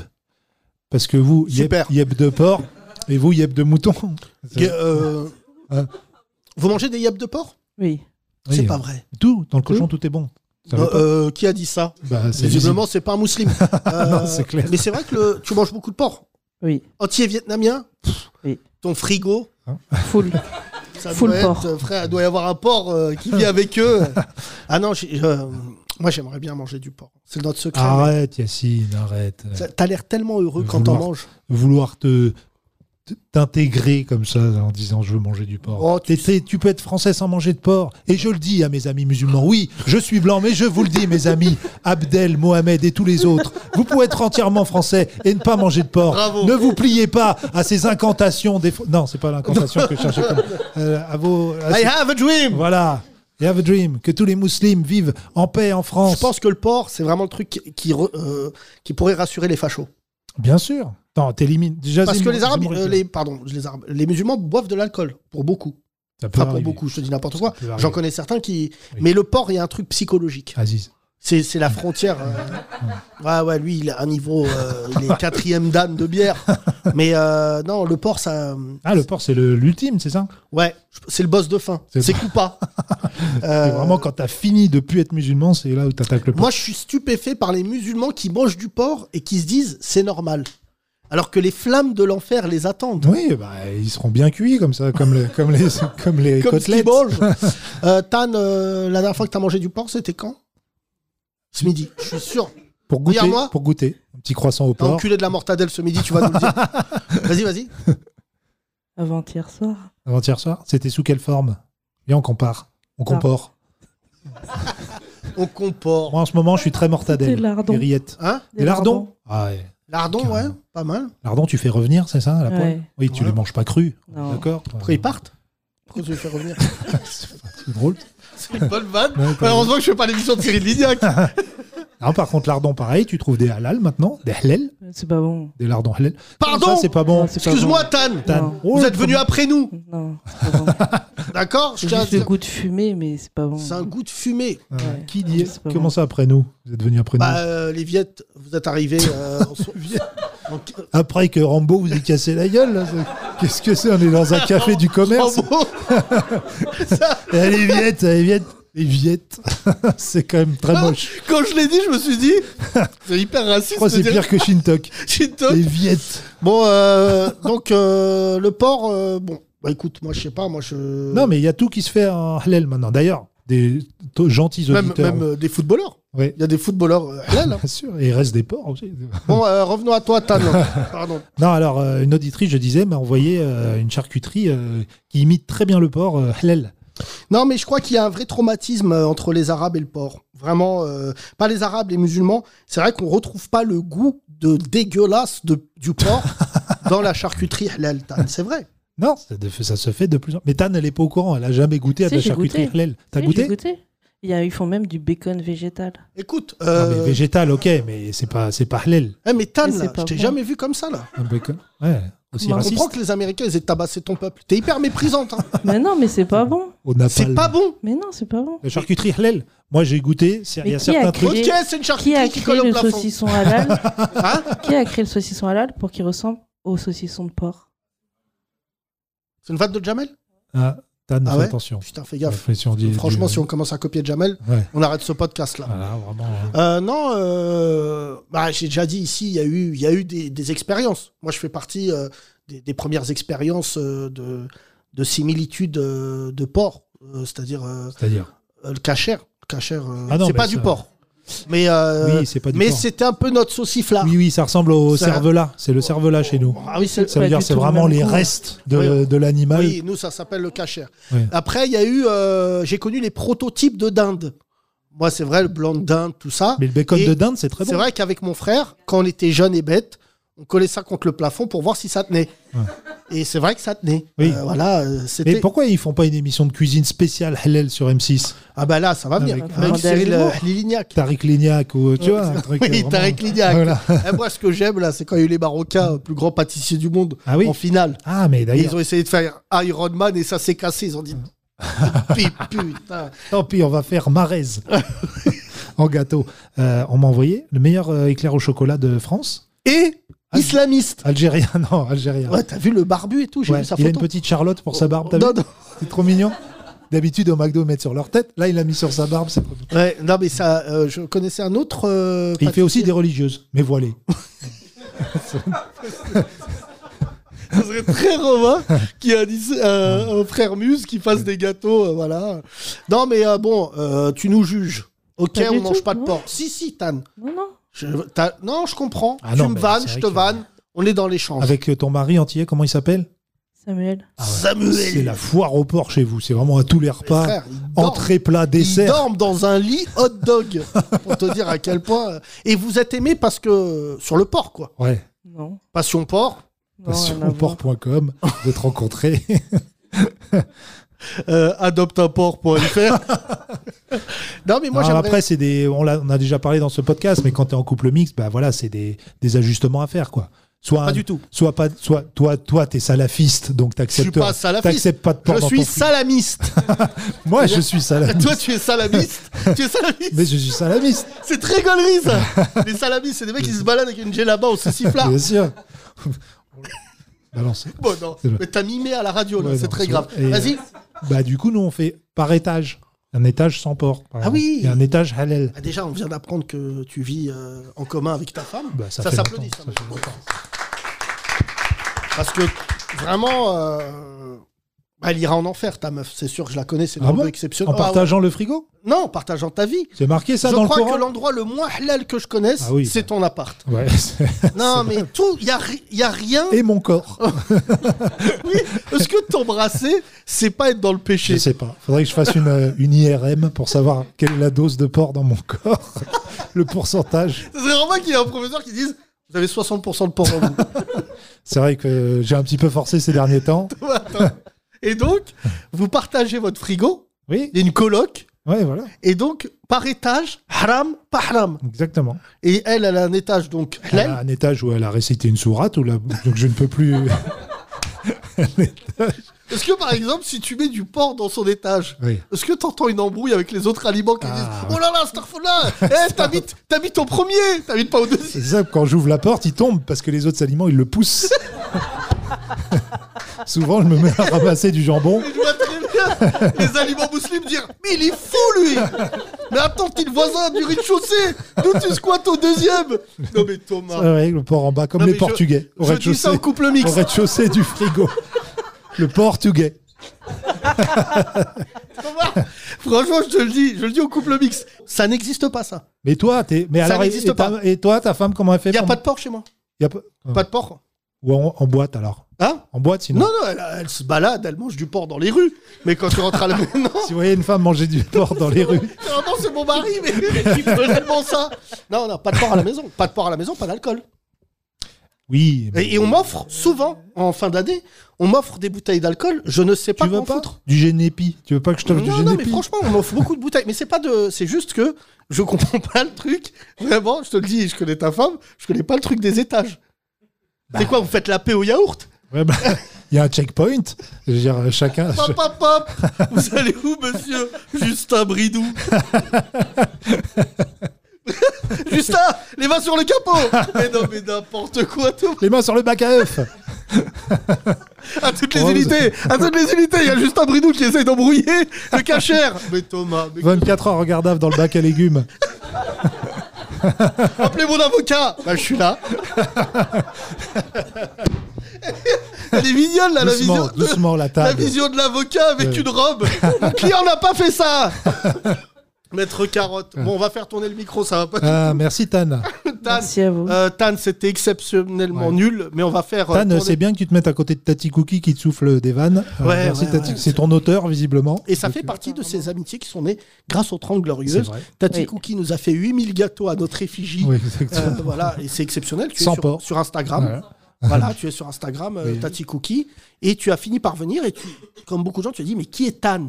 D: Parce que vous, yep,
C: Super.
D: yep de porc, et vous, yep de mouton.
C: Que, euh,
D: Ouais.
C: Vous mangez des yaps de porc
F: Oui.
D: Oui,
C: C'est
D: euh,
C: pas vrai.
D: Tout, dans le cochon, tout est bon. Ça va
C: Euh,
D: pas
C: euh, qui a dit ça
D: Bah, c'est
C: Visiblement, c'est pas un musulman. Euh,
D: Non, c'est clair.
C: Mais c'est vrai que le- tu manges beaucoup de porc.
F: Oui.
C: Entier vietnamien pff,
F: Oui.
C: Ton frigo
F: Full.
C: ça
F: Full
C: doit
F: porc.
C: être, euh, frère, il doit y avoir un porc euh, qui vit avec eux. Ah non, j'ai- euh, moi j'aimerais bien manger du porc. C'est notre secret.
D: Arrête, Yacine, arrête.
C: Ça- T'as l'air tellement heureux quand t'en
D: Vouloir-
C: manges.
D: vouloir te te- t'intégrer comme ça en disant je veux manger du porc.
C: Oh, tu
D: T'es- t'es- tu... peux être français sans manger de porc. Et je le dis à mes amis musulmans. Oui, je suis blanc, mais je vous le dis, mes amis, Abdel, Mohamed et tous les autres. Vous pouvez être entièrement français et ne pas manger de porc.
C: Bravo.
D: Ne vous pliez pas à ces incantations. Des... Non, c'est pas l'incantation que je cherchais. comme- euh, à vos... à
C: I
D: ces-
C: have a dream
D: Voilà. You have a dream. Que tous les musulmans vivent en paix en France.
C: Je pense que le porc, c'est vraiment le truc qui, qui re- euh, qui pourrait rassurer les fachos.
D: Bien sûr. Attends, t'élimines. Déjà,
C: Parce
D: c'est
C: que
D: une-
C: les Arabes,
D: c'est une-
C: euh, les, pardon, les Arabes, les musulmans boivent de l'alcool, pour beaucoup.
D: Ça peut
C: Enfin, pour
D: arriver.
C: beaucoup, je te dis n'importe quoi.
D: peut
C: J'en
D: arriver.
C: connais certains qui.
D: Oui.
C: Mais le porc, il y a un truc psychologique.
D: Aziz.
C: C'est c'est la frontière. euh, Ouais, ouais, lui, il a un niveau. euh, il est quatrième dame de bière. Mais euh, non, le porc, ça. euh,
D: Ah, le porc, c'est le- l'ultime, c'est ça
C: Ouais, c'est le boss de fin.
D: C'est-
C: C'est coupa. Euh,
D: C'est vraiment quand t'as fini de plus être musulman, c'est là où t'attaques le porc.
C: Moi, je suis stupéfait par les musulmans qui mangent du porc et qui se disent c'est normal. Alors que les flammes de l'enfer les attendent.
D: Oui, bah, ils seront bien cuits comme ça, comme, les- comme les, comme les
C: Comme ce qu'ils
D: côtelettes.
C: mangent. Euh, Tan, euh, la dernière fois que t'as mangé du porc, c'était quand Ce midi, je suis sûr.
D: Pour goûter,
C: Regarde-moi.
D: pour goûter, un petit croissant au
C: T'as
D: porc.
C: enculé de la mortadelle ce midi, tu vas nous le dire. Vas-y, vas-y.
F: Avant-hier soir.
D: Avant-hier soir, c'était sous quelle forme Viens, on compare. On compare.
C: On compare.
D: Moi, en ce moment, je suis très mortadelle.
F: C'était lardon.
D: Des rillettes.
C: Hein
D: Des lardons Ah ouais.
C: Lardon, ouais, pas mal.
D: Lardon, tu fais revenir, c'est ça, à la
F: Ouais.
D: poêle Oui, tu
C: Voilà.
D: les manges pas crus.
F: Non.
D: D'accord
C: Après, ils partent. Pourquoi je vais faire revenir
D: C'est drôle.
C: C'est une bonne vanne.
D: Ouais, pas
C: Malheureusement que je fais pas l'émission de Cyril Lignac.
D: Non, par contre, lardons, pareil, tu trouves des halal maintenant, des halal,
H: euh,
F: C'est pas bon.
D: des lardons halal.
C: Pardon
D: Comme ça, c'est pas bon.
F: Non, c'est pas
C: Excuse-moi, Tan.
D: Tan.
F: Non.
D: Oh,
C: Vous
D: le
C: êtes venu
D: problème.
C: après nous,
F: Non, c'est pas bon.
C: d'accord Je
F: C'est
C: tiens à
F: juste le
C: dire-
F: goût de fumée, mais c'est pas bon.
C: C'est un goût de fumée.
D: Euh,
F: Ouais.
D: Qui dit
F: C'est pas
D: Comment ça après nous Vous êtes venu après
C: Bah, euh, les Viettes, vous êtes arrivés euh, en so- en-
D: nous Après que Rambo vous ait cassé la gueule là, c'est- Qu'est-ce que c'est On est dans un café du commerce.
C: en gros,
D: Eh, les viettes, les viettes, les viettes. Eh, c'est quand même très moche.
C: Quand je l'ai dit, je me suis dit, c'est hyper
D: Je
C: raciste.
D: crois que
C: de
D: c'est
C: dire
D: pire que Shintok. Eh,
C: Shinto.
D: Les viettes.
C: Bon, euh, donc euh, le porc, euh, bon, bah écoute, moi je sais pas, moi je.
D: Non, mais il y a tout qui se fait en halal maintenant. D'ailleurs, des t- gentils
C: même,
D: auditeurs.
C: même, euh, des footballeurs.
D: Ouais.
C: Il y a des footballeurs euh, halal, hein.
D: Bien sûr, et il reste des porcs aussi.
C: Bon, euh, revenons à toi, Tan. Pardon.
D: Non, alors, euh, une auditrice, je disais, m'a envoyé euh, une charcuterie euh, qui imite très bien le porc euh, halal.
C: Non, mais je crois qu'il y a un vrai traumatisme euh, entre les Arabes et le porc. Vraiment, euh, pas les Arabes, les musulmans. C'est vrai qu'on retrouve pas le goût de dégueulasse de, du porc dans la charcuterie halal, Tan. C'est vrai.
D: Non, ça, de- ça se fait de plus en plus. Mais Tan, elle n'est pas au courant, elle a jamais goûté à
H: Si,
D: de la
H: j'ai
D: charcuterie
H: goûté.
D: halal. T'as
H: Oui,
D: goûté,
H: j'ai goûté. Il y a- ils font même du bacon végétal.
C: Écoute,
D: Non,
C: euh,
D: mais végétal, ok, mais c'est pas, c'est pas halal,
C: eh, mais Tan,
H: Mais c'est
C: là,
H: pas
C: je t'ai
H: bon.
C: jamais vu comme ça, là.
D: un bacon. Ouais, aussi
C: On
D: raciste.
C: comprend que les Américains, ils aient tabassé ton peuple. T'es hyper méprisante. hein.
H: mais non, mais c'est pas bon.
D: Au Napalm.
C: C'est pas bon.
H: Mais non, c'est pas bon.
D: La charcuterie halal, moi j'ai goûté, c'est- il y a
H: Mais qui a
D: certains
H: créé-
D: trucs.
C: Ok,
H: Et
C: c'est une
H: Qui a
C: charcuterie qui,
H: créé
C: colle au
H: le
C: plafond.
H: saucisson halal
C: Hein
H: Qui a créé le saucisson halal pour qu'il ressemble au saucisson de porc
C: c'est une vanne de Jamel
D: Ah, Tan,
C: Ah
D: fais
C: ouais
D: attention.
C: Putain, fais gaffe.
D: Fais attention, dis-
C: Franchement,
D: dis-
C: si on commence à copier Jamel,
D: Ouais,
C: on arrête ce podcast là.
D: voilà, vraiment. hein.
C: Euh, non, euh, bah, j'ai déjà dit ici, il y a eu, il y a eu des, des expériences. Moi, je fais partie euh, des, des premières expériences euh, de, de similitude euh, de porc, euh, c'est-à-dire euh,
D: C'est-à-dire.
C: euh, le cachère. Le cachère, euh,
D: Ah non,
C: c'est
D: mais
C: pas
D: ça-
C: du porc. Mais, euh,
D: oui, c'est pas du
C: mais
D: porc.
C: c'était un peu notre sauciflard.
D: Oui, oui, ça ressemble au
C: Ça- Oh,
D: cervelas. C'est le cervelas chez nous.
C: Ah oui, c'est-
D: Ça
H: pas
D: veut dire
H: du
D: c'est
H: tout le
D: vraiment
H: même
D: les
H: goût.
D: restes de,
C: Oui.
D: de l'animal.
C: Oui, nous, ça s'appelle le cachère.
D: Ah Oui.
C: Après, il y a eu, euh, j'ai connu les prototypes de dinde. Moi, c'est vrai, le blanc de dinde, tout ça.
D: Mais le bacon
C: Et
D: de dinde, c'est très
C: c'est
D: bon.
C: vrai qu'avec mon frère, quand on était jeune et bête, on collait ça contre le plafond pour voir si ça tenait.
D: Ouais.
C: Et c'est vrai que ça tenait.
D: Oui.
C: Euh, voilà, euh, c'était.
D: Mais pourquoi ils font pas une émission de cuisine spéciale halal sur M6
C: Ah bah là, ça va venir.
D: Avec-
C: Avec, Cyril euh, Lignac.
D: Tariq Lignac ou tu vois un truc euh,
C: Oui,
D: vraiment-
C: Tarek Lignac.
D: Voilà.
C: Eh, moi, ce que j'aime là, c'est quand il y a eu les Marocains, le plus grand pâtissier du monde,
D: Ah oui.
C: en finale.
D: Ah mais
C: Et Ils
D: d'ailleurs
C: ont essayé de faire Iron Man et ça s'est cassé. Ils ont dit. Putain.
D: tant pis on va faire Marez en gâteau. Euh, on m'a envoyé le meilleur euh, éclair au chocolat de France,
C: Et
D: Ah,
C: islamiste.
D: algérien non, algérien.
C: Ouais, t'as vu le barbu et tout, j'ai
D: Ouais,
C: vu sa
D: il a une
C: photo.
D: petite charlotte pour sa barbe, t'as
C: non,
D: vu
C: non.
D: C'est trop mignon. D'habitude au McDo ils mettent sur leur tête, là il l'a mis sur sa barbe, c'est trop mignon.
C: Ouais, non, mais ça, euh, je connaissais un autre. euh,
D: Et il fait aussi
C: pâtissier.
D: des religieuses, mais voilées.
C: Ce serait très romain qui a dit euh, au frère Muse qui fasse des gâteaux, euh, voilà. Non, mais euh, bon, euh, tu nous juges. Ok,
H: Pas du
C: on mange
H: tout,
C: pas de
H: non.
C: porc. Si, si, Tan.
H: Non, non.
C: Je, t'as- non, je comprends.
D: Ah
C: tu
D: non,
C: me
D: mais
C: vannes,
D: c'est
C: je
D: vrai
C: te
D: que-
C: vanne. On est dans l'échange.
D: Avec euh, ton mari entier, comment il s'appelle
H: Samuel.
D: Ah ouais. C'est
C: Samuel,
D: la foire au porc chez vous, c'est vraiment à tous les repas.
C: frère, il dort.
D: Entrée, plat,
C: Ils
D: dessert.
C: dorment dans un lit hot dog pour te dire à quel point. euh, Et vous êtes aimé parce que sur le porc quoi.
D: Ouais,
H: Non.
C: Passion porc.
H: non rien à
D: passion
H: voir.
D: porc.com, de te rencontrer.
C: Euh, adopte un porc pour faire. non mais moi
D: Non,
C: j'aimerais.
D: après, c'est des, on, l'a- on a déjà parlé dans ce podcast, mais quand tu es en couple mixte, bah voilà, c'est des, des ajustements à faire, quoi. Soit,
C: Pas
D: un-
C: du tout.
D: Soit pas, soit toi, toi, t'es salafiste, donc
C: Je suis
D: t'acceptes.
C: pas salafiste.
D: T'acceptes pas de porc
C: Je
D: dans
C: suis
D: ton frigo.
C: salamiste.
D: Moi, je suis salafiste.
C: Toi, tu es salamiste. tu es salamiste.
D: Mais je suis salamiste,
C: C'est très gaulerie, ça. Les salamistes, c'est des mecs qui se baladent avec une là-bas au sauciflard.
D: bien sûr. Balance.
C: Bon, non.
D: C'est vrai.
C: Mais t'as mimé à la radio, là.
D: Ouais,
C: c'est
D: non,
C: très
D: c'est
C: grave.
D: vrai. Et,
C: Vas-y.
D: Bah, du coup, nous, on fait par étage. Un étage sans porc. par
C: Ah
D: exemple.
C: oui.
D: Et un étage halal.
C: Ah, déjà, on vient d'apprendre que tu vis euh, en commun avec ta femme.
D: Bah, ça
C: ça
D: fait
C: s'applaudit.
D: longtemps,
C: ça.
D: ça fait longtemps.
C: Parce que vraiment, euh, bah, elle ira en enfer, ta meuf. C'est sûr, je la connais, c'est
D: Ah
C: un
D: bon
C: peu
D: En
C: exceptionnel. Ah, ouais.
D: partageant le frigo
C: Non, en partageant ta vie.
D: C'est marqué ça
C: je
D: dans le
C: crois que
D: Coran
C: l'endroit le moins halal que je connaisse,
D: Ah oui.
C: c'est ton appart.
D: Ouais, c'est-
C: Non, mais tout, il n'y a, ri- y a rien.
D: Et mon corps
C: Oui, est-ce que t'embrasser, c'est pas être dans le
D: Je
C: péché
D: sais pas. Faudrait que je fasse une, euh, une IRM pour savoir quelle est la dose de porc dans mon corps, le pourcentage.
C: C'est vraiment qu'il y a un professeur qui dise Vous avez 60% de porc en vous.
D: C'est vrai que j'ai un petit peu forcé ces derniers temps.
C: Et donc, vous partagez votre frigo.
D: Oui,
C: Il y a une coloc.
D: ouais, voilà,
C: Et donc, par étage, haram, pas haram.
D: exactement.
C: Et elle, elle a un étage, donc,
D: Elle
C: halal.
D: a un étage où elle a récité une sourate, où là, donc je ne peux plus.
C: Est-ce que, par exemple, si tu mets du porc dans son étage,
D: Oui.
C: est-ce que t'entends une embrouille avec les autres aliments qui
D: Ah,
C: disent
D: ouais.
C: Oh là là, Starfola Eh, t'habites t'habites au premier T'habites pas au deuxième
D: C'est ça, quand j'ouvre la porte, il tombe parce que les autres aliments, ils le poussent. Souvent, je me mets à ramasser du jambon.
C: Je vois très bien les aliments musulmans dire Mais il est fou, lui Mais attends, t'es le voisin du rez-de-chaussée D'où tu squattes au deuxième Non, mais
D: C'est
C: Thomas
D: vrai, le porc en bas, comme
C: Non, mais
D: les
C: je-
D: Portugais. au
C: Je dis ça au
D: rez-de-chaussée.
C: couple
D: Au
C: mixte
D: rez-de-chaussée du frigo. Le portugais.
C: Thomas. Franchement, je te le dis, je le dis au couple mixte. Ça n'existe pas, ça.
D: Mais toi, t'es. Mais
C: Ça
D: alors, et,
C: n'existe
D: et ta-
C: pas.
D: et toi, ta femme, comment elle fait
C: Il n'y a
D: pour-
C: pas de porc chez moi.
D: y a pas-
C: Pas de porc.
D: Ou en, en boîte alors
C: Hein
D: En boîte sinon
C: Non, non, elle, elle se balade, elle mange du porc dans les rues. Mais quand tu rentres à la maison,
D: Si vous voyez une femme manger du porc dans les rues,
C: Vraiment, c'est mon mari, mais il veut tellement ça. Non, non, pas de porc à la maison. Pas de porc à la maison, pas d'alcool.
D: oui. mais
C: Et, et on m'offre souvent, en fin d'année, on m'offre des bouteilles d'alcool. Je ne sais pas
D: tu veux
C: comment
D: pas
C: foutre.
D: du génépi Tu veux pas que je t'offre du
C: Non, non, mais
D: génépi
C: franchement, on m'offre beaucoup de bouteilles. Mais c'est pas de. C'est juste que je comprends pas le truc. Vraiment, je te le dis, je connais ta femme, je connais pas le truc des étages.
D: Bah.
C: C'est quoi, vous faites la paix au yaourt
D: Ouais, bah, Il y a un checkpoint. Je veux dire, chacun.
C: Pop, pop, pop Vous allez où, monsieur Justin Bridou Justin, les mains sur le capot Mais non, mais n'importe quoi, tout
D: Les mains sur le bac à œufs
C: À toutes
D: Oh,
C: les
D: vous-
C: unités À toutes les unités Il y a Justin Bridou qui essaye d'embrouiller le cachère Mais Thomas, mais
D: 24 heures regardable dans le bac à légumes.
C: appelez mon avocat Bah, je suis là Elle est mignonne, là, la
D: doucement,
C: vision de-
D: doucement la
C: La
D: table.
C: vision de l'avocat avec
D: Ouais.
C: une robe. Mon client n'a pas fait ça. Maître Carotte. Bon, on va faire tourner le micro, ça va pas
D: Ah, merci Tan.
C: tout. Tan,
H: Merci à vous.
C: Euh, Tan, c'était exceptionnellement
D: Ouais.
C: nul, mais on va faire. euh,
D: Tan,
C: tourner-
D: c'est bien que tu te mettes à côté de Tati Cookie qui te souffle des vannes. Euh,
C: Ouais,
D: merci
C: ouais,
D: Tati.
C: ouais.
D: C'est ton auteur visiblement.
C: Et ça
D: Donc,
C: fait
D: euh,
C: partie de ces amitiés qui sont nées grâce aux 30
D: C'est
C: Glorieuses.
D: vrai.
C: Tati
H: Oui.
C: Cookie nous a fait 8000 gâteaux à notre effigie.
D: Oui,
C: Euh,
D: exactement.
C: voilà, et c'est exceptionnel. Tu
D: Sans
C: es sur,
D: porc.
C: sur Instagram.
D: Voilà.
C: Voilà, tu es sur Instagram, euh,
D: Oui.
C: Tati Cookie, et tu as fini par venir. Et tu, comme beaucoup de gens, tu as dit, mais qui est Tan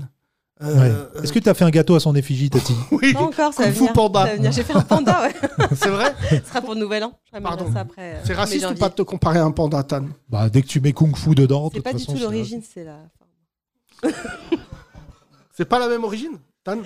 C: Euh,
D: Ouais. Est-ce que tu as fait un gâteau à son effigie, Tati
C: Oui,
I: Pas encore, ça va
C: Kung Fu
I: venir.
C: Panda.
I: Ça va venir. J'ai fait un panda, ouais.
C: c'est vrai.
I: Ce sera pour le nouvel an. Je ramènerai
C: Pardon.
I: ça après. euh,
C: C'est
I: mai,
C: raciste ou
I: janvier.
C: pas de te comparer à un panda, Tan
D: Bah, dès que tu mets Kung Fu dedans, de
I: C'est
D: toute
I: pas du
D: façon,
I: tout
D: c'est-
I: l'origine, c'est la...
C: C'est pas la même origine, Tan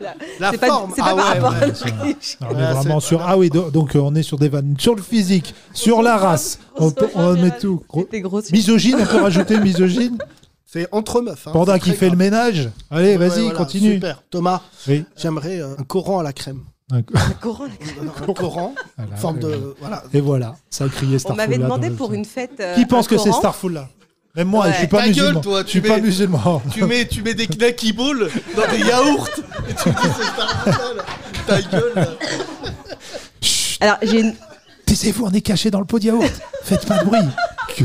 I: la-
C: La
I: c'est pas-
C: forme. Ah
I: c'est pas par rapport à
D: Alors, on est
C: Ouais,
D: vraiment
C: c'est-
D: sur. Ah oui, do- donc euh, on est sur des vannes sur le physique, sur la race. On, peut- on met tout. Gros-
I: T'es grosse.
D: Misogyne, on peut rajouter misogyne.
C: C'est entre meufs. hein.
D: Panda
C: C'est
D: qui
C: très
D: fait le
C: grave.
D: ménage. Allez,
C: Ouais,
D: vas-y,
C: voilà,
D: continue.
C: Super. Thomas,
D: Oui.
C: j'aimerais euh, un Coran à la crème.
D: Un-
I: Un Coran, la crème.
C: Un Coran,
D: Voilà.
C: forme de. Voilà.
D: Et voilà, ça a crié
I: On
D: Starfall.
I: m'avait
D: là,
I: demandé
D: dans le-
I: pour une fête. euh,
D: Qui pense
I: un
D: que c'est
I: Coran.
D: Starfall là Même moi,
I: Ouais.
D: je suis pas
C: Ta gueule,
D: musulman.
C: toi,
D: je
C: tu
D: suis pas
C: mets-
D: musulman.
C: Tu mets, tu mets des knacky balls dans des yaourts et tu me dis c'est Star là. Ta gueule là.
I: Alors, j'ai une...
D: Taisez-vous, on est caché dans le pot de yaourt. Faites pas de bruit. Que-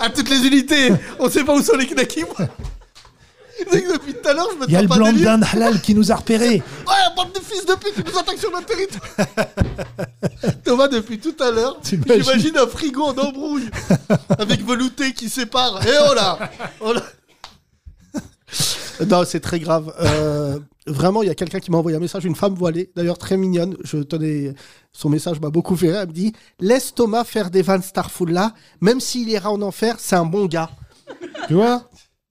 C: À toutes les unités, on sait pas où sont les knacky balls. C'est que Depuis tout à l'heure, je me
D: Il y a le
C: tape un
D: blanc
C: délire.
D: d'un halal qui nous a repérés.
C: Ouais, bande Ah, de fils de pute qui nous attaquent sur notre territoire. Thomas, depuis tout à l'heure,
D: T'imagines
C: j'imagine un frigo en embrouille avec velouté qui sépare. Et oh là, oh là. Non, c'est très grave. Euh, vraiment, il y a quelqu'un qui m'a envoyé un message, une femme voilée, d'ailleurs très mignonne. Je tenais son message, m'a beaucoup fait rire. Elle me dit Laisse Thomas faire des vannes Starful là, même s'il ira en enfer, c'est un bon gars.
D: Tu vois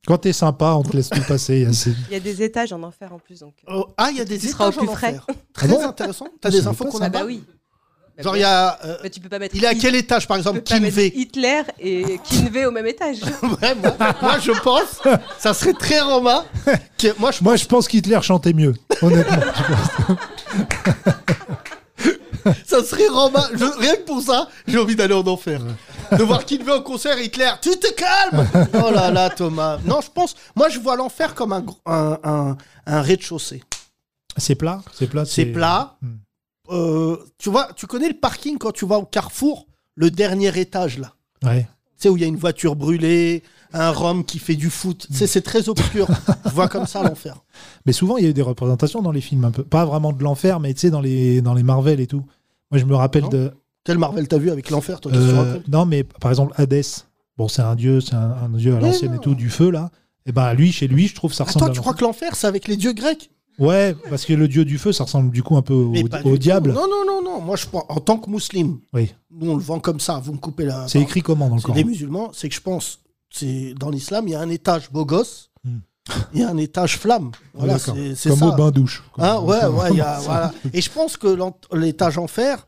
D: Quand t'es sympa, on te laisse tout passer, Yacine.
I: Il y a des étages en enfer en plus, donc... euh,
C: Oh, ah, il y a des
I: Tu seras au
C: étages en
I: plus frais.
C: enfer. Ah Très
D: bon
C: intéressant. T'as des
D: Je savais
C: infos
D: pas
C: qu'on
D: ça.
I: Ah
C: a
I: bah
C: pas
I: oui. Bah
C: Genre,
I: bien
C: il y a. euh,
I: sûr. Bah, tu peux pas mettre...
C: Il est à
I: Hit-
C: quel étage, par exemple
I: tu peux pas mettre
C: Kinvé
I: Hitler et Kinvé au même étage.
C: Ouais, moi, moi, je pense, ça serait très romain. que- moi, je,
D: Moi, je pense qu'Hitler chantait mieux, honnêtement.
C: ça serait romain. Je- rien que pour ça, j'ai envie d'aller en enfer. De voir Kinvé en concert, Hitler, tu te calmes Oh là là, Thomas. Non, je pense, moi, je vois l'enfer comme un, gr- un, un- un rez-de-chaussée.
D: C'est plat C'est plat
C: C'est plat.
D: Hmm.
C: Euh, tu vois, tu connais le parking quand tu vas au carrefour, le dernier étage, là.
D: Ouais.
C: Tu sais, où il y a une voiture brûlée, un Rome qui fait du foot. Tu sais, c'est très obscur. je vois comme ça l'enfer.
D: Mais souvent, il y a eu des représentations dans les films, un peu. Pas vraiment de l'enfer, mais tu sais, dans les, dans les Marvel et tout. Moi, je me rappelle
C: Non.
D: de.
C: Quel Marvel t'as vu avec l'enfer, toi qu'est-ce que tu
D: Euh,
C: racontes
D: non, mais par exemple, Hadès, bon, c'est un dieu, c'est un, un dieu à
C: Mais
D: l'ancienne et tout, du feu, là. Et ben, lui, chez lui, je trouve ça
C: Ah,
D: ressemble
C: toi,
D: à
C: tu crois que l'enfer, c'est avec les dieux grecs
D: Ouais, parce que le dieu du feu, ça ressemble du coup un peu au,
C: Mais pas
D: au
C: du tout.
D: diable.
C: Non, non, non, non. Moi, je pense, en tant que musulman,
D: Oui.
C: nous, on le vend comme ça. Vous me coupez la.
D: C'est écrit comment dans le
C: C'est
D: Coran
C: des musulmans, c'est que je pense, c'est dans l'islam, il y a un étage beau gosse,
D: Hmm. Ah,
C: il y a un étage flamme. Voilà,
D: d'accord.
C: c'est c'est
D: Comme
C: ça.
D: au bain-douche.
C: Hein,
D: Comme-
C: ouais,
D: comme-
C: ouais, il y a-
D: comme-
C: voilà. Et je pense que l'en- l'étage enfer,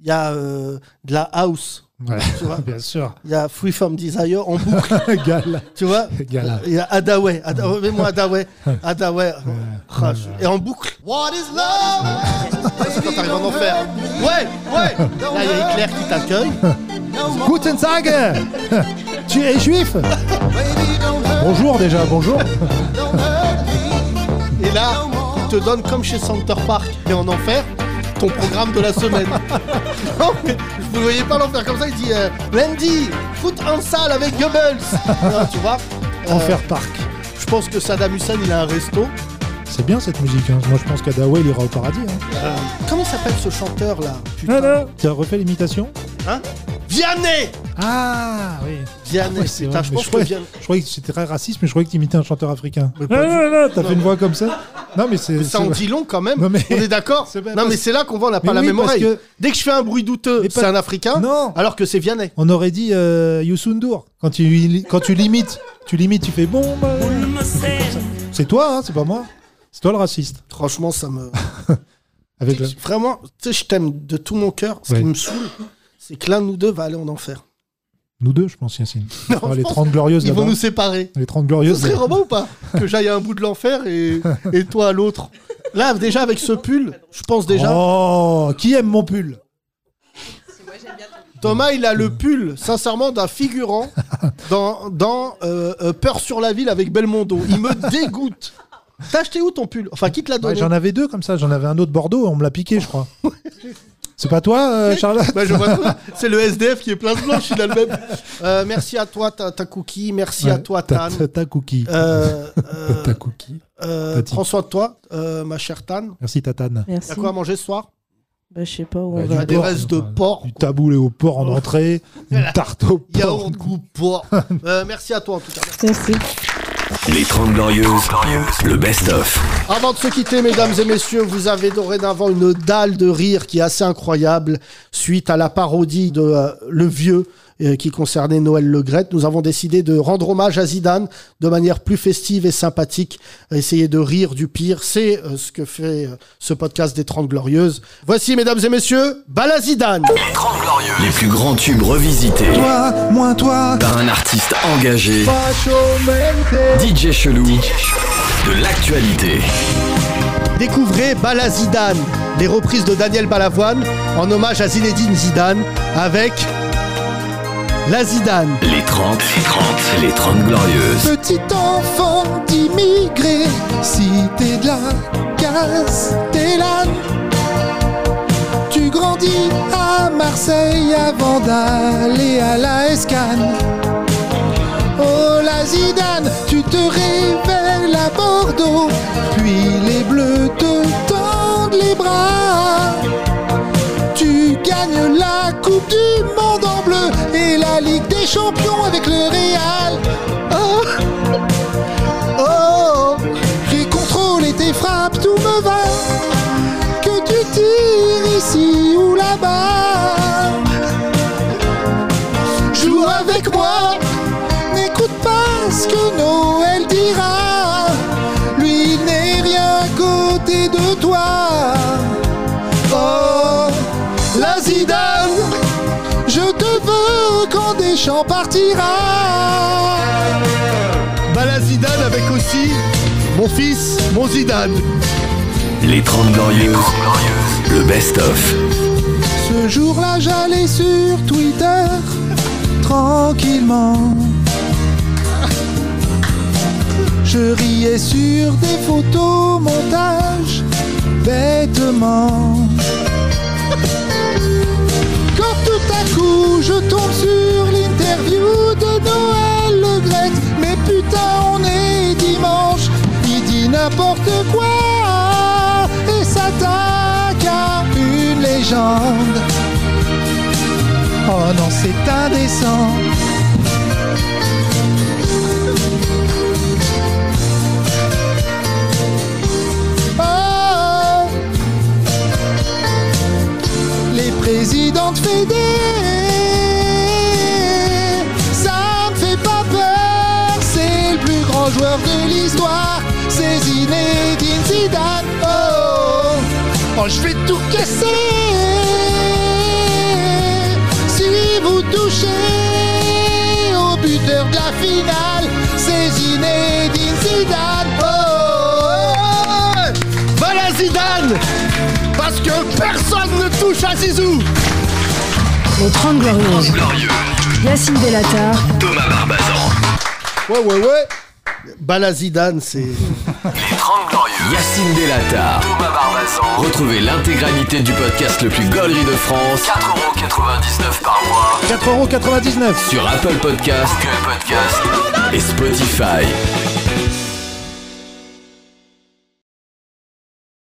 C: il y a euh, de la house,
D: Ouais,
C: tu vois.
D: Ah, bien sûr.
C: Il y a Free From Desire en boucle,
D: Gala.
C: tu vois.
D: Gala.
C: Il y a Adaway, Adaway, mets-moi Adaway, Adaway. Ah, je- Et en boucle. C'est quand t'arrives en enfer. Ouais, ouais. Là, il y a Hitler qui t'accueille.
D: Guten Tag Tu es juif Bonjour déjà, bonjour.
C: Et là, il te donne comme chez Center Park et en enfer ton programme de la semaine. non, mais vous voyez pas l'enfer comme ça, il dit euh, lundi, foot en salle avec Goebbels. Non, tu vois euh,
D: Enfer Park.
C: Je pense que Saddam Hussein il a un resto.
D: C'est bien cette musique. hein. Moi je pense qu'Adaway il ira au paradis. hein.
C: Euh, comment s'appelle ce chanteur là
D: Non,
C: Putain.
D: Ah, non. Tu as refait l'imitation
C: Hein Vianney
D: Ah oui.
C: Vianney,
D: Ouais, c'est
C: putain,
D: vrai,
C: je
D: mais
C: pense
D: je
C: que
D: croyais-
C: Vianney.
D: Je croyais que c'était très raciste, mais je croyais que tu imitais un chanteur africain.
C: Mais
D: Non,
C: pas
D: non,
C: du
D: non, non, t'as
C: Non,
D: fait une
C: mais-
D: voix comme ça. Non, mais c'est.
C: Ça en
D: c'est-
C: dit long quand même,
D: Non, mais-
C: on est d'accord
D: C'est pas
C: Non mais
D: parce-
C: c'est là qu'on voit, on n'a
D: Mais
C: pas la
D: oui,
C: même
D: parce
C: oreille. Hein
D: que-
C: Dès que je fais un bruit douteux,
D: Mais
C: c'est
D: pas-
C: un Africain,
D: Non.
C: alors que c'est Vianney.
D: On aurait dit euh, Youssoundour. Quand tu, quand tu limites, tu limites, tu fais bon. bah, C'est toi, hein, c'est pas moi. C'est toi le raciste.
C: Franchement, ça me...
D: Avec le-
C: Vraiment, tu sais, je t'aime de tout mon cœur. Ce
D: Ouais.
C: qui me saoule, c'est que l'un de nous deux va aller en enfer.
D: euh, Nous deux, je pense, Yacine.
C: Non,
D: Ah,
C: je
D: les
C: pense
D: 30 glorieuses
C: Ils vont
D: là-bas.
C: nous séparer.
D: Les 30
C: Ce
D: glorieuses.
C: serait
D: là.
C: roman ou pas Que j'aille à un bout de l'enfer et, et toi à l'autre. Là, déjà, avec ce pull, je pense déjà.
D: Oh, qui aime mon pull
C: Thomas, il a le pull, sincèrement, d'un figurant dans, dans euh, euh, Peur sur la ville avec Belmondo. Il me dégoûte. T'as acheté où ton pull Enfin, qui te l'a
D: Ouais,
C: donné
D: J'en avais deux comme ça. J'en avais un autre Bordeaux. On me l'a piqué, je crois. c'est pas toi, euh, Charlotte
C: Bah, je vois tout. C'est le SDF qui est place blanche, il a le même. Euh, merci à toi, ta, ta cookie. Merci à
D: Ouais,
C: toi,
D: ta-
C: Tan.
D: ta- Ta cookie.
C: Euh, euh,
D: Ta cookie.
C: Euh,
D: Tati.
C: prends soin de toi, euh, ma chère Tan.
D: Merci, Tatane.
H: Merci.
C: T'as quoi à manger ce soir
H: Bah, je sais pas où on
D: Bah,
H: va.
C: du- des
D: porc,
C: restes de
D: enfin,
C: porc,
D: Du
C: quoi.
D: taboulé au porc en entrée, une tarte au porc.
C: Yaourt goût porc. Euh, merci à toi en tout cas.
H: Merci.
B: Les 30 Glorieuses, le best-of.
C: Avant de se quitter, mesdames et messieurs, vous avez dorénavant une dalle de rire qui est assez incroyable suite à la parodie de euh, Le Vieux euh, qui concernait Noël Le Graët. Nous avons décidé de rendre hommage à Zidane de manière plus festive et sympathique. Essayer de rire du pire, c'est euh, ce que fait euh, ce podcast des 30 Glorieuses. Voici, mesdames et messieurs, Bala Zidane.
B: Les plus grands tubes revisités
D: Toi, moins toi,
B: par un artiste engagé, DJ Chelou, de l'actualité.
C: Découvrez Bala Zidane, les reprises de Daniel Balavoine en hommage à Zinedine Zidane avec La Zidane.
B: Les 30, les 30, les 30 Glorieuses.
C: Petit enfant d'immigré, si t'es de la Castellane, tu grandis à Marseille avant d'aller à la Escane. Oh la Zidane, tu te révèles à Bordeaux, puis les Bleus te tendent les bras. Tu gagnes la Coupe du Monde en bleu et la Ligue des Champions avec le Real. Oh, oh, j'ai contrôlé tes frappes, tout me va. Que tu tires ici ou là-bas. Joue avec moi, n'écoute pas ce que Noël dira. Lui il n'est rien à côté de toi. Oh, la Zidane, je te veux quand Deschamps partira. Bah la Zidane avec aussi mon fils, mon Zidane.
B: Les 30 Glorieuses, le best-of.
C: Ce jour-là, j'allais sur Twitter tranquillement. Je riais sur des photos montage bêtement. Quand tout à coup je tombe sur l'interview de Noël Le Graët, mais putain on est dimanche, il dit n'importe quoi et s'attaque à une légende.
A: Oh non, c'est indécent. Oh Les présidents de Fédé, ça me fait pas peur. C'est le plus grand joueur de l'histoire, c'est Zinedine Zidane. Oh, oh je vais tout casser. Si vous touchez au buteur de la finale, c'est Zinedine Zidane. Oh, oh, oh.
C: Voilà Zidane Parce que personne ne touche à Zizou
J: Les 30 Glorieuses.
B: Glorieux,
J: Yacine Bellatar,
B: Thomas Barbazan.
K: Ouais, ouais, ouais. Balazidane, c'est.
B: Les 30 Glorieux. Yacine Delata. Thomas Barbazan. Retrouvez l'intégralité du podcast le plus gaulerie de France. 4,99€ par mois.
A: 4,99€.
B: Sur Apple Podcast, Google Podcast et Spotify.